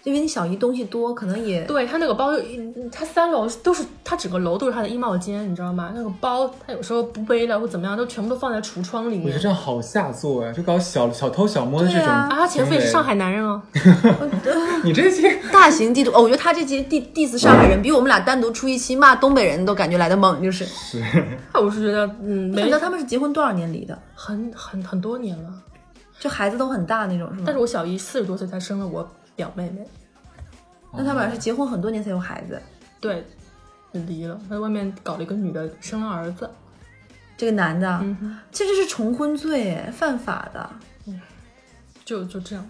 S2: 因为你小姨东西多，可能也
S4: 对他那个包，嗯他三楼都是他整个楼都是他的衣帽间，你知道吗？那个包他有时候不背了或怎么样，都全部都放在橱窗里
S3: 我觉得
S4: 面。
S3: 这样好下作哎，就搞小小偷小摸的这
S2: 对
S3: 种
S2: 啊
S4: 啊，他前夫也是上海男人哦。
S3: 行为，你这些
S2: 大型地图。哦，我觉得他这集 diss diss 上海人，比我们俩单独出一期骂东北人都感觉来的猛，就是。
S4: <laughs> 我是觉得，嗯，
S2: 你
S4: 没
S2: 知道他们是结婚多少年离的？
S4: 很很很多年了。
S2: 就孩子都很大那种，是吗？
S4: 但是我小姨四十多岁才生了我表妹妹，
S2: 那他们俩是结婚很多年才有孩子，
S4: 对，离了，他在外面搞了一个女的，生了儿子。
S2: 这个男的，
S4: 嗯哼，
S2: 这就是重婚罪，犯法的。
S4: 就就这样。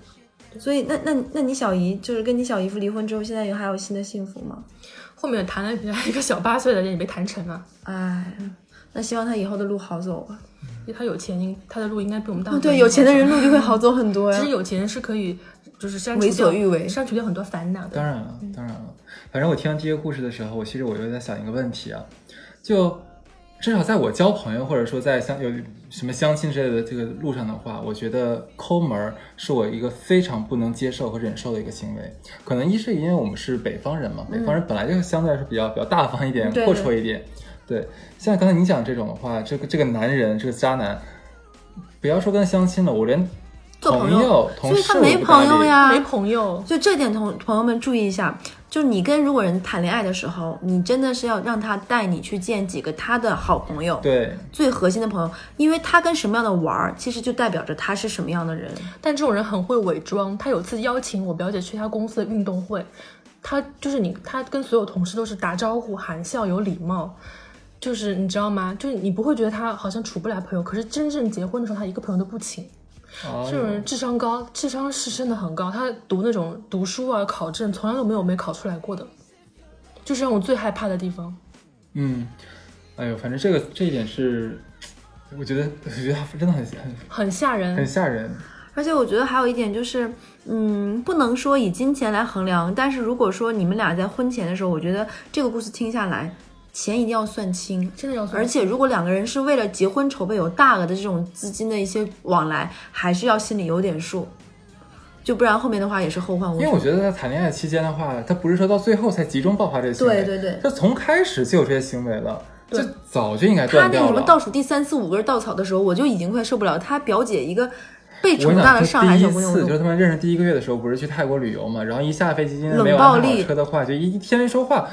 S2: 所以那那那你小姨就是跟你小姨夫离婚之后，现在有还有新的幸福吗？
S4: 后面谈了人家一个小八岁的人也没谈成啊，
S2: 哎，那希望他以后的路好走吧。
S4: 因为他有钱，应他的路应该比我们大
S2: 哦，
S4: 很多。
S2: 对，有钱的人路就会好走很多呀
S4: 其。实有钱是可以，就是删除
S2: 为所
S4: 掉
S2: 欲为
S4: 删除掉很多烦恼的
S3: 当。然了，当然了。反正我听到这些故事的时候，我其实我又在想一个问题啊，就至少在我交朋友或者说在相有什么相亲之类的这个路上的话，我觉得抠门儿是我一个非常不能接受和忍受的一个行为。可能一是因为我们是北方人嘛，北方人本来就相对来说比较比较大方一点
S2: 嗯对、
S3: 阔绰一点。对，像刚才你讲这种的话，这个这个男人，这个渣男，不要说跟他相亲了，我连
S2: 做
S3: 朋
S2: 朋友
S3: 同
S2: 所以
S3: 事
S2: 他
S3: 我
S2: 没
S3: 都不搭
S2: 朋友
S3: 理
S2: 呀，
S4: 没朋友，
S2: 就这点同朋友们注意一下，就你跟如果人谈恋爱的时候，你真的是要让他带你去见几个他的好朋友，
S3: 对，
S2: 最核心的朋友，因为他跟什么样的玩儿，其实就代表着他是什么样的人。
S4: 但这种人很会伪装。他有次邀请我表姐去他公司的运动会，他就是你，他跟所有同事都是打招呼、含笑、有礼貌，就是你知道吗？就是你不会觉得他好像处不来朋友，可是真正结婚的时候，他一个朋友都不请。
S3: 哦
S4: 这种人智商高，智商是真的很高。他读那种读书啊、考证，从来都没有没考出来过的，就是让我最害怕的地方。
S3: 嗯，哎呦，反正这个这一点是，我觉得 <laughs> 我觉得他真的很很
S4: 很吓
S3: 很
S4: 人，
S3: 吓人。
S2: 而且我觉得还有一点就是，嗯，不能说以金钱来衡量，但是如果说你们俩在婚前的时候，我觉得这个故事听下来，钱一定要算清。
S4: 真的要
S2: 而且，如果两个人是为了结婚筹备有大额的这种资金的一些往来，还是要心里有点数，就不然后面的话也是后患无
S3: 因为我
S2: 穷。
S3: 觉得在谈恋爱期间的话，他不是说到最后才集中爆发这个行为，
S2: 对对对
S3: 他从开始就有这些行为了，就早就应该
S2: 他
S3: 断
S2: 那个
S3: 掉
S2: 什么
S3: 了。
S2: 倒数第三四五根稻草的时候，我就已经快受不了。他表姐一个被
S3: 我跟
S2: 宠
S3: 你
S2: 大
S3: 讲，
S2: 的
S3: 就
S2: 上海
S3: 第
S2: 小
S3: 一
S2: 姑娘，
S3: 次
S2: 我
S3: 就
S2: 都
S3: 是他们认识第一个月的时候，不是去泰国旅游嘛，然后一下飞机，今天
S2: 冷
S3: 没有
S2: 暴
S3: 安排好
S2: 力
S3: 车的话，就一一天天说话。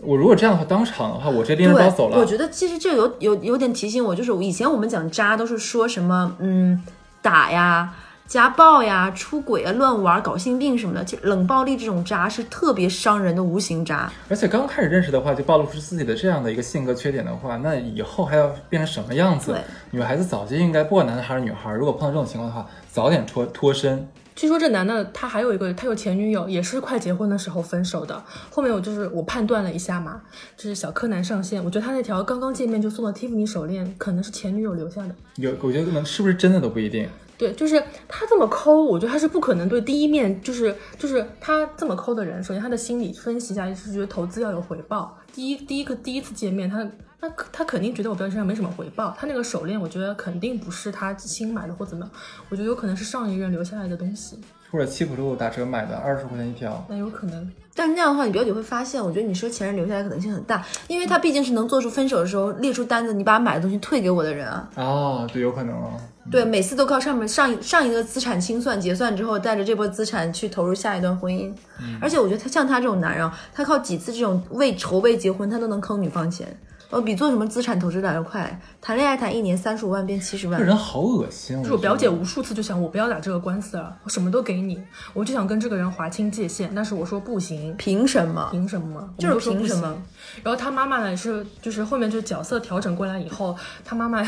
S3: 我如果这样的话，当场的话，我直接拎着包走
S2: 对，
S3: 了。
S2: 我觉得其实这有有有点提醒我，就是以前我们讲渣都是说什么嗯打呀、家暴呀、出轨啊、乱玩、搞性病什么的，就冷暴力这种渣是特别伤人的无形渣。
S3: 而且刚开始认识的话，就暴露出自己的这样的一个性格缺点的话，那以后还要变成什么样子
S2: 对？
S3: 女孩子早就应该，不管男孩儿女孩儿，如果碰到这种情况的话，早点脱脱身。
S4: 据说这男的他还有一个，他有前女友，也是快结婚的时候分手的。后面我就是我判断了一下嘛，就是小柯南上线，我觉得他那条刚刚见面就送的蒂芙尼手链，可能是前女友留下的。
S3: 有，我觉得可能是不是真的都不一定。
S4: 对，就是他这么抠，我觉得他是不可能对第一面就是就是他这么抠的人，首先他的心理分析一下是觉得投资要有回报。第一第一个第一次见面，他那他肯定觉得我表姐身上没什么回报，他那个手链我觉得肯定不是他新买的或怎么样，我觉得有可能是上一任留下来的东西，
S3: 或者七浦路打折买的，二十块钱一条。
S4: 那有可能。
S2: 但是那样的话，你表姐会发现，我觉得你说前任留下来可能性很大，因为他毕竟是能做出分手的时候列出单子，你把买的东西退给我的人啊。
S3: 哦，对，有可能哦。
S2: 对，每次都靠上面上一上一个资产清算结算之后，带着这波资产去投入下一段婚姻。
S4: 嗯
S2: 而且我觉得他像他这种男人啊，他靠几次这种为筹备结婚，他都能坑女方钱，呃，比做什么资产投资来的快。谈恋爱谈一年三十五万变七十
S3: 这
S2: 万，
S3: 人好恶心。
S4: 就是
S3: 我
S4: 我表姐
S3: 觉得
S4: 无数次就想，我不要打这个官司了，我什么都给你，我就想跟这个人划清界限，但是我说不行，
S2: 凭什么？
S4: 凭什么？
S2: 就是
S4: 我们都说不
S2: 凭什
S4: 行
S2: 么？
S4: 然后他妈妈呢是，就是后面就角色调整过来以后，他妈妈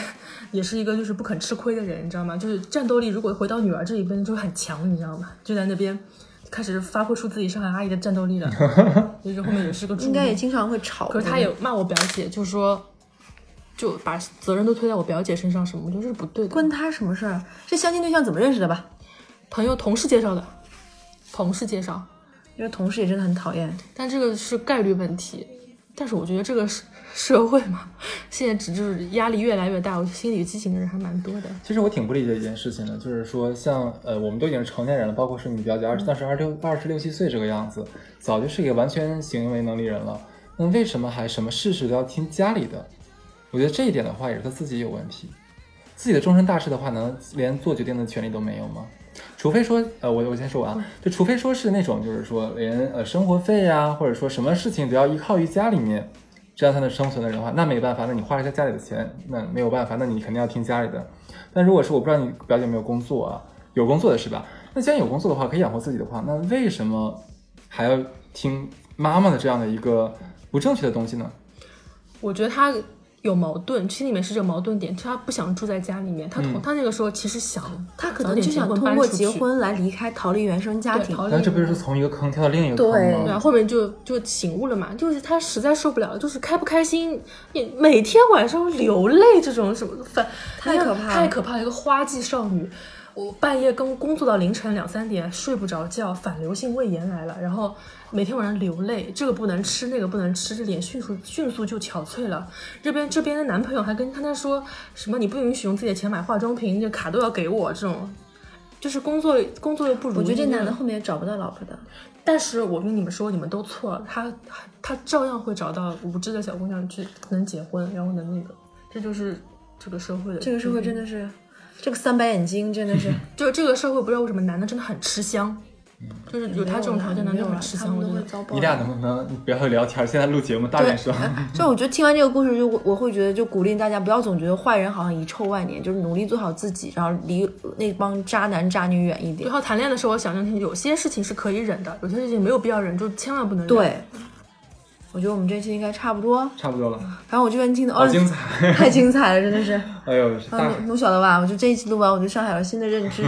S4: 也是一个就是不肯吃亏的人，你知道吗？就是战斗力如果回到女儿这一边就很强，你知道吗？就在那边开始发挥出自己上海阿姨的战斗力了，就是后面也是个助
S2: 应该也
S4: 力
S2: 经常会吵。
S4: 可是他也骂我表姐，就说就把责任都推在我表姐身上什么，我觉得这是不对的。
S2: 关他什么事儿？这相亲对象怎么认识的吧？
S4: 朋友同事介绍的，同事介绍，
S2: 因为同事也真的很讨厌。
S4: 但这个是概率问题。但是我觉得这个社社会嘛，现在只就是压力越来越大，我心理畸形的人还蛮多的。
S3: 其实我挺不理解一件事情的，就是说像呃，我们都已经是成年人了，包括是你表姐二当时二六二十六七岁这个样子，早就是一个完全行为能力人了。那为什么还什么事事都要听家里的？我觉得这一点的话，也是他自己有问题。自己的终身大事的话，能连做决定的权利都没有吗？除非说，呃，我我先说完啊，就除非说是那种，就是说连呃生活费啊，或者说什么事情都要依靠于家里面，这样才能生存的人的话，那没办法，那你花一下家里的钱，那没有办法，那你肯定要听家里的。但如果是我不知道你表姐有没有工作啊，有工作的是吧？那既然有工作的话，可以养活自己的话，那为什么还要听妈妈的这样的一个不正确的东西呢？
S4: 我觉得他有矛盾，心里面是这个矛盾点，他不想住在家里面，他同、
S3: 嗯
S4: 他那个时候其实想，
S2: 他可
S4: 早
S2: 能
S4: 点
S2: 就想
S4: 结婚
S2: 通
S4: 搬
S2: 过
S4: 出
S2: 结
S4: 去
S2: 婚来离开，逃离原生家
S4: 对
S2: 庭。
S4: 逃离
S3: 那这不就是从一个坑跳到另一个
S2: 对
S3: 坑
S4: 哦对啊，
S3: 吗？
S4: 后面就就醒悟了嘛，就是他实在受不了，就是开不开心，也每天晚上流泪这种什么的，反
S2: 太可怕了
S4: 太可怕了！一个花季少女，我半夜跟工作到凌晨两三点，睡不着觉，反流性胃炎来了，然后每天晚上流泪，这个不能吃，那个不能吃，这脸迅速迅速就憔悴了。这边这边的男朋友还跟跟他说什么你不允许用自己的钱买化妆品，这卡都要给我这种。就是工作工作又不如意，
S2: 我觉得这男的后面找不到老婆的。
S4: 但是我跟你们说，你们都错了，他他他照样会找到无知的小姑娘去能结婚，然后能那个，这就是这个社会的
S2: 这个社会真的是，这个三白眼睛真的是
S4: 就这个社会不知道为什么男的真的很吃香，就是有他这种条件的
S2: 嗯没
S4: 男的
S2: 有
S4: 很
S2: 了，
S4: 吃
S2: 他
S4: 香，
S2: 们都
S4: 我觉
S2: 会
S4: 得
S2: 遭报
S3: 你
S2: 应。
S3: <laughs> 俩能不能呃不要聊天？现在录节目，大点声。
S2: 所以我觉得听完这个故事，就我我会觉得，就鼓励大家不要总觉得坏人好像遗臭万年，就是努力做好自己，然后离那帮渣男渣女远一点
S4: 然。后谈恋爱的时候，我想想，有些事情是可以忍的，有些事情没有必要忍，就千万不能忍。，
S2: 对，我觉得我们这期应该差不多。
S3: <laughs> 差不多了，
S2: 反正我这边听的，
S3: 好
S2: 哦，
S3: 精彩！ <laughs>
S2: 太精彩了，真的是。
S3: 哎呦，大
S2: 嗯，卢晓得吧？我就这一期录完，我对上海有了新的认
S3: <laughs>
S2: 知。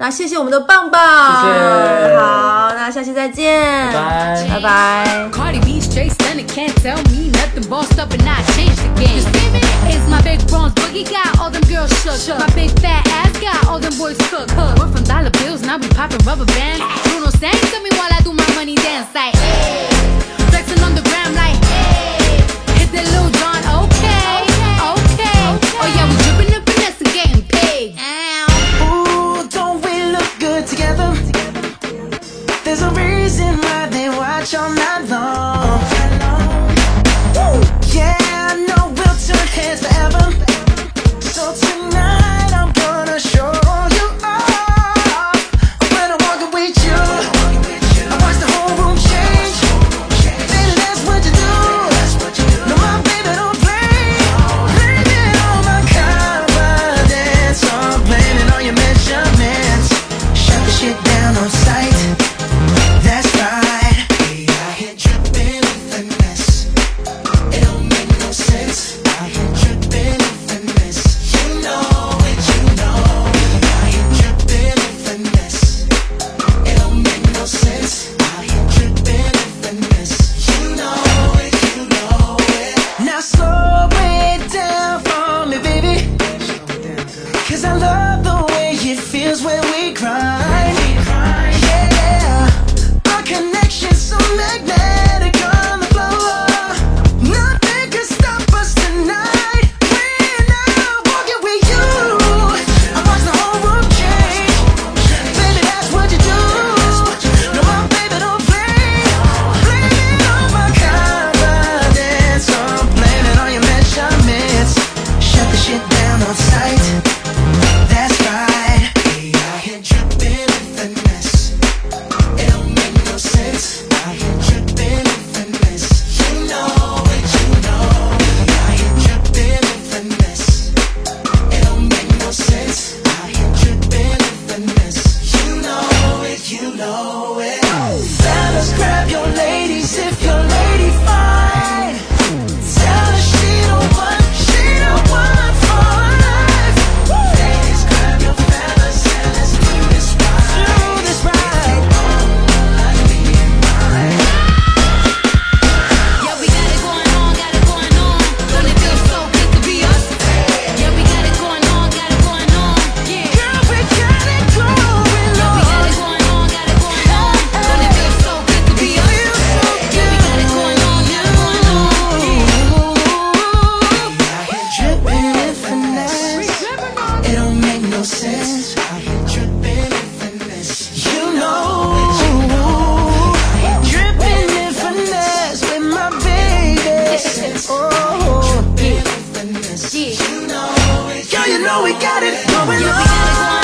S2: 那谢谢我们的棒棒，
S3: 谢谢
S2: 好，那下期再见，
S3: 拜
S2: 拜拜。
S1: Cardi B straight stunning, can't tell me nothing. Bossed up and I changed the game. You see me? It's my big bronze boogie got all them girls shook. My big fat ass got all them boys cooked. We're from dollar bills, now we popping rubber bands. Bruno sang to me while I do my money dance like. Hey. Flexing on the gram like. Hey. Hit that little John, okay, okay. Oh yeah, we dripping and finessing, getting paid.
S5: Ooh, don't we look good together? There's a reason why they watch all night long. Woo! Yeah, I know we'll turn heads forever. So tonight I'm gonna show you off. When I'm walking with you, I watch the whole room change. Baby, that's what you do. No, my baby don't play. Blaming all my confidence, I'm blaming all your measurements. Shut the shit down on sight. That's right. We out here dripping in finesse. It don't make no sense. Out here dripping in finesse. You know it, you know. We out here dripping in finesse. It don't make no sense. Out here dripping in finesse. You know it, you know it. Now slow it down for me, baby. Cause I love the way it feels when we grind. Yeah, our connection's so magnetic on the floor. Nothing can stop us tonight. We're now walking with you. I watch the whole room change. Baby, that's what you do. No, my baby don't play. Blaming all my confidence, I'm blaming all your measurements. Shut the shit down on sight. That's right. We out here dripping in finesse. It don't make no sense. Out here dripping in finesse. You know it, you know. We out here dripping in finesse. It don't make no sense. I hear dripping in finesse. You know it, you know it. Fellas, grab your ladies if your lady fine. Tell her she the one, she the one for life. Ladies, grab your fellas and let's do this right. Do this right.
S1: Yeah, we got it going on, got it going on. Don't it feel so good to be us? Yeah, we got it going on, got it going on. Yeah.
S5: Girl, we got it going
S1: Yeah, we got
S5: on.
S1: it going on, got it going on. Don't it feel so good to be us? Yeah, we got it going on, got it going on. Yeah.
S5: Dripping in finesse. It don't make no sense. I hear dripping in finesse. You know. Dripping in finesse with my baby. Oh. Dripping in finesse. You know. Yo, you know we got it going on.